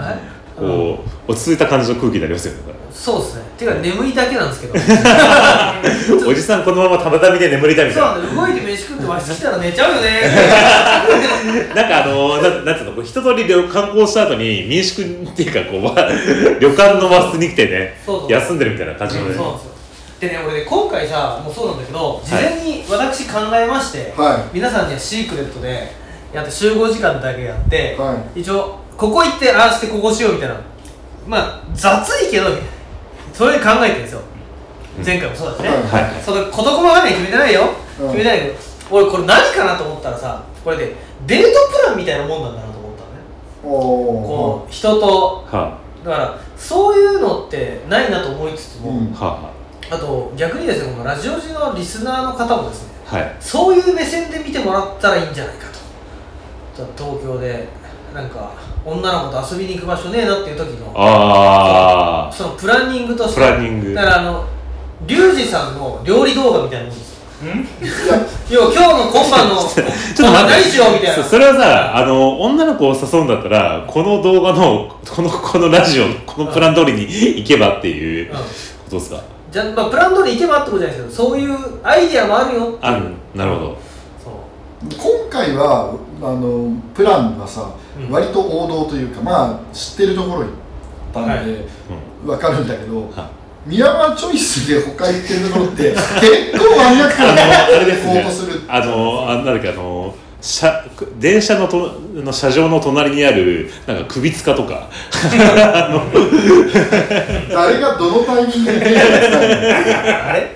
Speaker 2: いうん
Speaker 7: こう、落ち着いた感じの空気になりますよね。
Speaker 2: そうですねていうか眠いだけなんですけ ど
Speaker 7: おじさんこのままたまたみで眠りたいみた
Speaker 2: そうな
Speaker 7: いな。
Speaker 2: んだよ動いて飯食って和室来たら寝ちゃうよね
Speaker 7: なんかあのー、なんなんていうの、こう一通り旅観光した後に民宿っていうか、こう、 まあ旅館の和室に来てね
Speaker 2: そうそ、う
Speaker 7: 休んでるみたいな感じのね。
Speaker 2: そうなんですよでね俺ね今回さもうそうなんだけど事前に私考えまして、
Speaker 6: は
Speaker 2: 皆さんにはシークレットでやって集合時間だけやって、
Speaker 6: は
Speaker 2: 一応ここ行ってああしてここしようみたいなまあ雑いけどそれで考えてるんですよ、前回もそうだしね、
Speaker 6: はい
Speaker 7: はい。
Speaker 2: その事細かに決めてないよ、
Speaker 6: うん
Speaker 2: 決めてないけど俺これ何かなと思ったらさこれでデートプランみたいなもんなんだなと思ったのね
Speaker 6: お
Speaker 2: こう人と
Speaker 7: は
Speaker 2: だからそういうのってないなと思いつつ
Speaker 6: う
Speaker 2: も、
Speaker 6: ん
Speaker 7: あ、は
Speaker 2: あと逆にですねこのラジオ時のリスナーの方もですね
Speaker 7: あ、はい。
Speaker 2: そういう目線で見てもらったらいいんじゃないかと東京でなんか女の子と遊びに行く場所ねえなっていう時の
Speaker 7: ああ
Speaker 2: そのプランニングとして
Speaker 7: プランニング
Speaker 2: だからあのリュウジさんの料理動画みたいなもんですよ 要は今日の今晩の
Speaker 7: ちょっと
Speaker 2: 今晩
Speaker 7: 待
Speaker 2: 何
Speaker 7: って
Speaker 2: しようみたい
Speaker 7: そ
Speaker 2: な
Speaker 7: それはさあの女の子を誘うんだったらこの動画のこのこのラジオこのプラン通りに行けばっていう
Speaker 2: うん
Speaker 7: ことですか
Speaker 2: じゃまあプラン通り行けばってことじゃないですけどそういうアイディアもあるよ
Speaker 7: あるなるほど
Speaker 2: そう
Speaker 6: 今回はあのプランはさ、
Speaker 2: うん
Speaker 6: 割と王道というかまあ知ってるところにったんで、わかるんだけど、
Speaker 7: は
Speaker 6: 宮間チョイスで他行ってるのって結構真ん中から
Speaker 7: あれです
Speaker 6: 行こう
Speaker 7: ね
Speaker 6: とする
Speaker 7: あのあなんだっけあの車電車のとの車上の隣にあるなんか首塚とか
Speaker 6: 誰がどのタイミングで電話したの
Speaker 2: あれ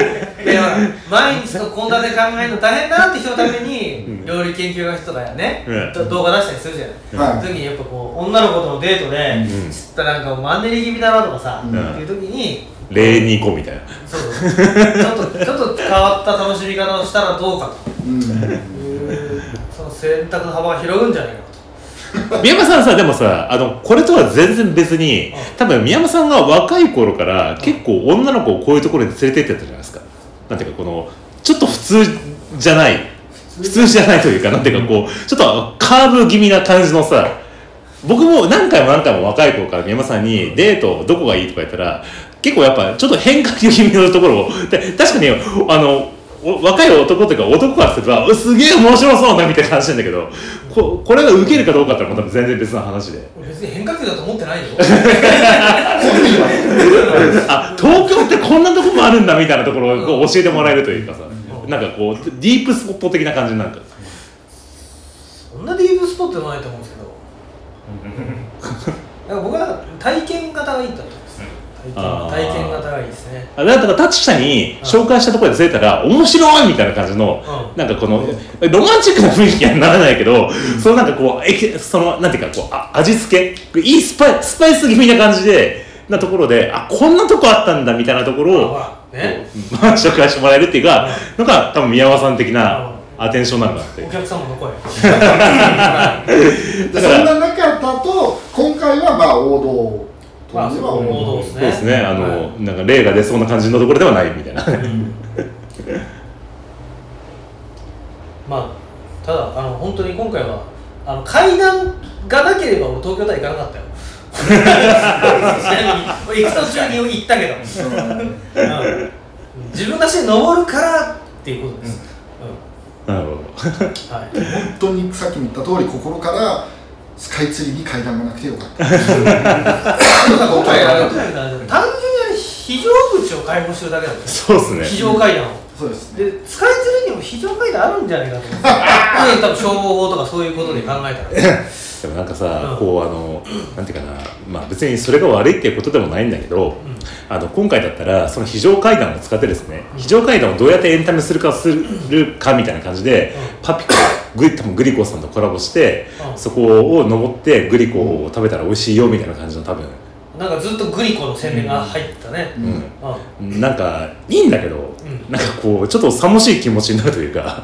Speaker 2: でほら毎日の献立考えるの大変だなって人のために料理研究家の人とかやね、
Speaker 7: うん
Speaker 2: と動画出したりするじゃない、
Speaker 6: はい
Speaker 2: その時にやっぱこう女の子とのデートで、
Speaker 7: ん
Speaker 2: ちょっとなんかマンネリ気味だなとかさ、
Speaker 6: うん
Speaker 2: っていう時に
Speaker 7: 礼に行こうみたいな
Speaker 2: そうそうちょっとちょっと変わった楽しみ方をしたらどうか
Speaker 6: うん
Speaker 2: というその選択の幅が広がるんじゃないかと
Speaker 7: 宮山さんさでもさあのこれとは全然別に多分宮山さんが若い頃から結構女の子をこういうところに連れてってたじゃないですかなんていうかこのちょっと普通じゃない普通じゃないというかなんていうかこうちょっとカーブ気味な感じのさ僕も何回も何回も若い頃から宮山さんにデートどこがいいとか言ったら結構やっぱちょっと変化球気味のところをで確かにあのお若い男というか男からすればうすげえ面白そうなみたいな話なんだけどここれがウケるかどうかってのはまた全然別の話で
Speaker 2: 俺別に変化球だと思ってないよ
Speaker 7: あ東京ってこんなとこもあるんだみたいなところをこう教えてもらえるというかさなんかこうディープスポット的な感じになんか
Speaker 2: そんなディープスポットでもないと思うんですけ どなんか僕は体験型がいいと思います体
Speaker 7: あー
Speaker 2: 験体験型がいいですね
Speaker 7: あだからタッチさんに紹介したところでずれたら面白いみたいな感じの
Speaker 2: う
Speaker 7: なんかこのロマンチックな雰囲気にはならないけどそのなんかこうえけそのなんていうかこうあ味付けいいスパイスパイス気味な感じでなところであこんなとこあったんだみたいなところ
Speaker 2: ほ
Speaker 7: を
Speaker 2: らね
Speaker 7: まあ紹介してもらえるっていうかのが多分宮川さん的なアテンションなんだって
Speaker 2: お客様の 声
Speaker 6: でそんな中だと今回はまあ王道
Speaker 2: まあ
Speaker 6: 当時は
Speaker 2: 王道
Speaker 6: 王
Speaker 2: で
Speaker 6: 道
Speaker 2: す
Speaker 7: そう
Speaker 2: ね
Speaker 7: ですねあの、
Speaker 2: は
Speaker 7: なんか例が出そうな感じのところではないみたいな
Speaker 2: まあただあの本当に今回はあの階段がなければ俺東京タワー行かなかった よちなみに行く途中に行ったけど、うん自分の足で登るからっていうことです、
Speaker 7: なるほど
Speaker 2: うんはい
Speaker 6: 本当にさっきも言った通り心からスカイツリーに階段がなくてよかった
Speaker 2: 今回あの単純に非常口を開放してるだけなんです
Speaker 7: そうですね
Speaker 2: 非常階段を
Speaker 6: そうですね
Speaker 2: でスカイツリーにも非常階段あるんじゃないかと 思うんですようん多分消防法とかそういうことで考えたら
Speaker 7: でもなんかさ、
Speaker 2: うん
Speaker 7: こうあのなんていうかな、まあ、別にそれが悪いっていうことでもないんだけど、あの今回だったらその非常階段を使ってですね非常階段をどうやってエンタメするかするかみたいな感じで、パピコグリ多分グリコさんとコラボして、
Speaker 2: うん
Speaker 7: そこを登ってグリコを食べたら美味しいよみたいな感じの多分、
Speaker 2: なんかずっとグリコの宣伝が入ったね、うん
Speaker 7: うんなんかいいんだけど、
Speaker 2: う
Speaker 7: なんかこうちょっと寂しい気持ちになるとい うか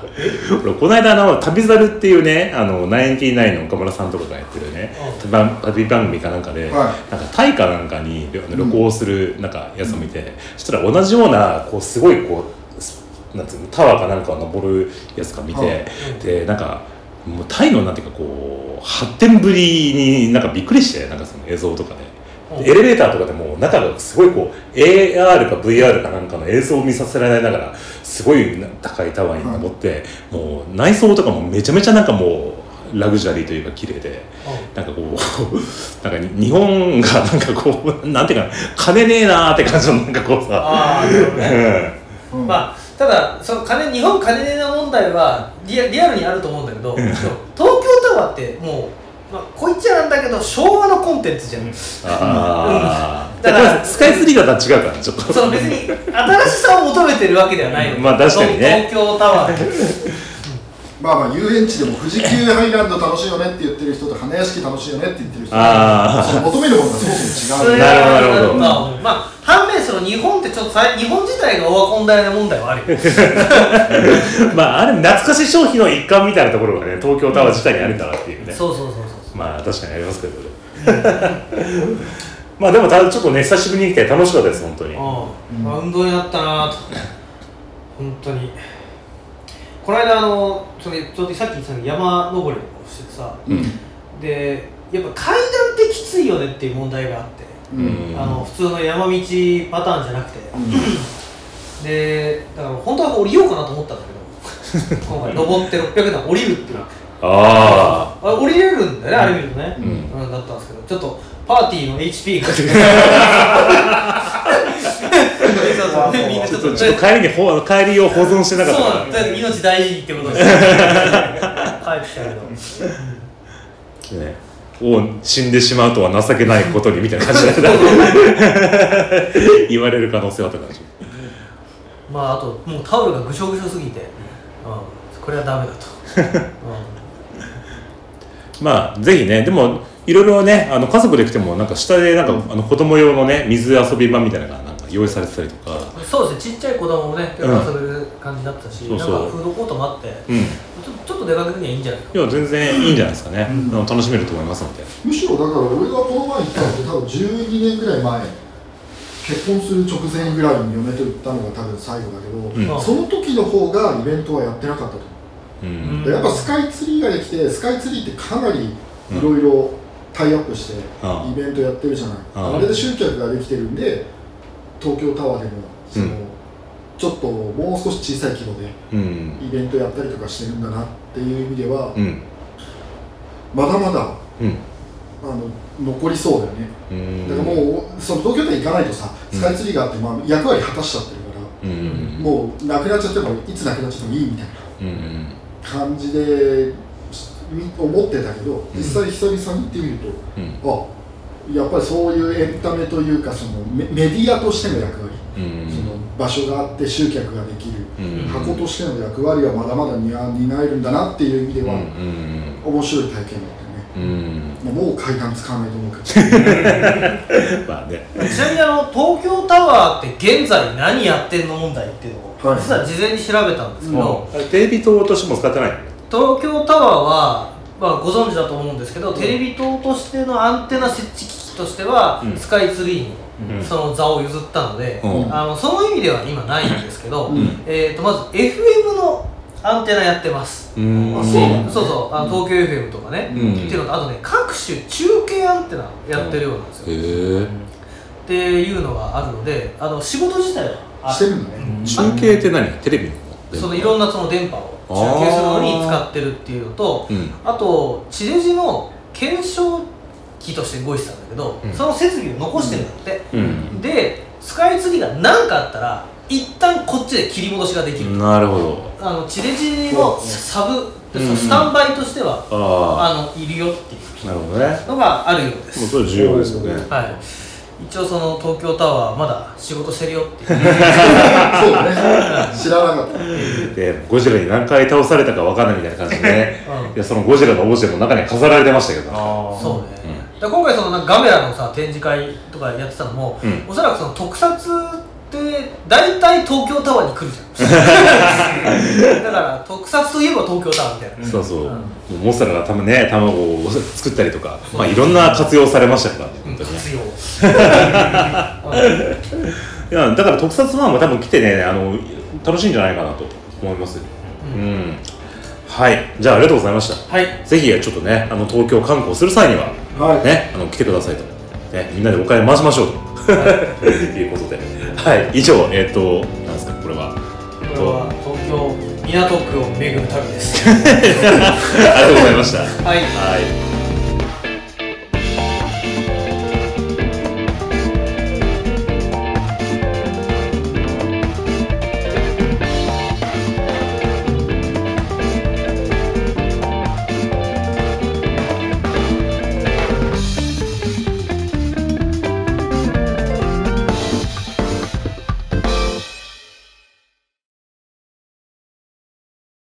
Speaker 7: 俺この間あの「旅猿」っていうねあのナインティナインの岡村さんとかがやってるね
Speaker 2: うん
Speaker 7: 旅番旅番組かなんかで、
Speaker 6: は
Speaker 7: なんかタイかなんかに旅旅行するなんかやつを見て、そしたら同じようなこうすごいこうすなんつうのタワーかなんかを登るやつが見て、
Speaker 6: はい
Speaker 7: でなんかもうタイのなんていうかこう発展ぶりになんかびっくりしてなんかその映像とかで。
Speaker 2: うん
Speaker 7: エレベーターとかでもう中がすごいこう AR か VR かなんかの映像を見させられながらすごい高いタワーに登って、もう内装とかもめちゃめちゃなんかもうラグジュアリーというか綺麗でなんかこう なんかに日本が なんかこうなんていうかな金ねえなーって感じのなんかこうさ、
Speaker 2: ああなるほど
Speaker 7: う
Speaker 2: ね
Speaker 7: ん、
Speaker 6: うん
Speaker 2: まあただその金日本金ねえな問題はリアリアルにあると思うんだけど、東京タワーってもう、まあ、こいつらなんだけど昭和のコンテンツじゃん、
Speaker 7: あー
Speaker 2: だから
Speaker 7: スカイツリーだったら違うからちょっと
Speaker 2: その別に新しさを求めてるわけではないの、
Speaker 7: まあ確かにね
Speaker 2: 東京タワーで
Speaker 6: まあまあ遊園地でも富士急ハイランド楽しいよねって言ってる人と花屋敷楽しいよねって言ってる人
Speaker 7: あー
Speaker 6: その求めるものがそもそも違う
Speaker 7: なるほどなるほど
Speaker 2: まあ、まあ、反面その日本ってちょっとさい日本自体がオワコンダイな問題はあるよ
Speaker 7: まああれ懐かし商品の一環みたいなところがね東京タワー自体にあるからっていうね
Speaker 2: そうそうそうそう
Speaker 7: まあ確かにありますけどね まあでもたちょっとね久しぶりに来て楽しかったです本当に
Speaker 2: うん、まあ運動になったなぁと本当にこの間あのそれちょっとさっき言ってたの山登りをしててさ、でやっぱ階段ってきついよねっていう問題があって、
Speaker 6: うん
Speaker 2: あの普通の山道パターンじゃなくて、でだから本当は降りようかなと思ったんだけど今回登って600段降りるっていうのは
Speaker 7: あ
Speaker 2: あ降りれるんだよね、あれ見るとね、
Speaker 7: ん
Speaker 2: うんだったんですけどちょっとパーティーの HP がそうそうでみんなちょっと
Speaker 7: ちょっと帰りにほあの帰りを保存してなかった
Speaker 2: そう
Speaker 7: から
Speaker 2: とりあえず命大事にってことです帰ってきたけど
Speaker 7: ね、を死んでしまうとは情けないことにみたいな感じだった 言われる可能性はあった感じ
Speaker 2: まああともうタオルがぐしょぐしょすぎて、うん、これはダメだと、 う
Speaker 7: まあぜひねでもいろいろねあの家族で来てもなんか下でなんかあの子供用のね水遊び場みたいなのがなんか用意されてたりとか
Speaker 2: ん、そうですねちっちゃい子供もね結構遊べる感じだったし、
Speaker 7: うんそうそう
Speaker 2: なんかフードコートもあって
Speaker 7: うんい
Speaker 2: ちょちょっと出かけるにはいいんじゃないか
Speaker 7: や全然いいんじゃないですかね、あの楽しめると思いますので
Speaker 6: むしろだから俺がこの前行ったのって多分12年ぐらい前結婚する直前ぐらいに嫁と行ったのが多分最後だけど、
Speaker 7: うん
Speaker 6: その時の方がイベントはやってなかったと
Speaker 7: う
Speaker 6: 思う、
Speaker 7: ん
Speaker 6: でやっぱスカイツリーができてスカイツリーってかなりいろいろタイアップして
Speaker 7: ああ
Speaker 6: イベントやってるじゃない、
Speaker 7: ああ
Speaker 6: あれで集客ができてるんで東京タワーでもその、
Speaker 7: うん
Speaker 6: ちょっともう少し小さい規模で
Speaker 7: うん
Speaker 6: イベントやったりとかしてるんだなっていう意味では、
Speaker 7: うん
Speaker 6: まだまだ
Speaker 7: うん
Speaker 6: あの残りそうだよね
Speaker 7: うん
Speaker 6: だからもうその東京店行かないとさ
Speaker 7: うん
Speaker 6: スカイツリーがあって、まあ、役割果たしちゃってるから、
Speaker 7: うんうん
Speaker 6: もうなくなっちゃってもいつなくなっちゃってもいいみたいな
Speaker 7: うんうん
Speaker 6: 感じでしみ思ってたけど実際久々に行ってみると、
Speaker 7: うん
Speaker 6: あやっぱりそういうエンタメというかそのメメディアとしての役割、
Speaker 7: うん
Speaker 6: その場所があって集客ができる、
Speaker 7: うん
Speaker 6: 箱としての役割はまだまだ担担えるんだなっていう意味では、
Speaker 7: うん
Speaker 6: 面白い体験だったよね、
Speaker 7: うんうん
Speaker 6: まあ、もう階段使わないと思うけど
Speaker 7: まあね
Speaker 2: なちなみにあの東京タワーって現在何やってんの問題っていうのを、
Speaker 6: はい
Speaker 2: 実は事前に調べたんですけど、
Speaker 7: あれテレビ塔としても使ってないよね
Speaker 2: 東京タワーは、まあ、ご存知だと思うんですけど、テレビ塔としてのアンテナ設置機器としては、
Speaker 7: うん
Speaker 2: スカイツリー
Speaker 7: うん
Speaker 2: にその座を譲ったので、
Speaker 7: うん
Speaker 2: あのその意味では今ないんですけど、
Speaker 7: ん
Speaker 2: えー、とまず FM のアンテナやってます、
Speaker 7: うん
Speaker 6: あそうなんだ
Speaker 2: そうそうあの東京 FM とかね、
Speaker 7: うん
Speaker 2: っていうのとあとね各種中継アンテナやってるようなんですよ、
Speaker 7: へえ
Speaker 2: っていうのがあるのであの仕事自体はあ
Speaker 6: してるんだ ね、
Speaker 7: 中継って何テレビの
Speaker 2: そのいろんなその電波を中継するのに使ってるっていうのと
Speaker 7: うん
Speaker 2: あと地デジの検証機として動いてたんだけど、
Speaker 7: うん
Speaker 2: その設備を残してるんだって、
Speaker 7: うん
Speaker 2: でスカイツリーが何かあったら一旦こっちで切り戻しができる、
Speaker 7: なるほど
Speaker 2: あの地デジのサブ、
Speaker 7: うん
Speaker 2: そのスタンバイとしては、
Speaker 7: あ
Speaker 2: あのいるよってい
Speaker 7: あなるほどね
Speaker 2: うのがあるようで
Speaker 7: もう
Speaker 2: す、
Speaker 7: それ重要ですよね
Speaker 2: はい一応その東京タワーはまだ仕事してるよっていう
Speaker 6: そうだね知らなかった
Speaker 7: でゴジラに何回倒されたか分かんないみたいな感じで ね
Speaker 2: うん
Speaker 7: いやそのゴジラのオブジェも中に飾られてましたけど
Speaker 2: そうね、だから今回そのなんかガメラのさ展示会とかやってたのも、
Speaker 7: うん
Speaker 2: おそらくその特撮って大体東京タワーに来るじゃんだから特撮といえば東京タワーみたいな、
Speaker 7: そうそう
Speaker 2: うん
Speaker 7: もうモスラがたまね卵を作ったりとかまあいろんな活用されましたからね本当にね
Speaker 2: 活用
Speaker 7: いやだから特撮ファンも多分来てねあの楽しいんじゃないかなと思いますうん、はいじゃあありがとうございました
Speaker 2: はい
Speaker 7: ぜひちょっとねあの東京観光する際には、
Speaker 6: はい
Speaker 7: ね、あの来てくださいと、ね、みんなでお金回しましょう ということで、はい、以上、えっ、と、なんですか、これは、えっ、
Speaker 2: ことれ、は東京港区を巡る旅です
Speaker 7: ありがとうございました。
Speaker 2: はい
Speaker 7: はい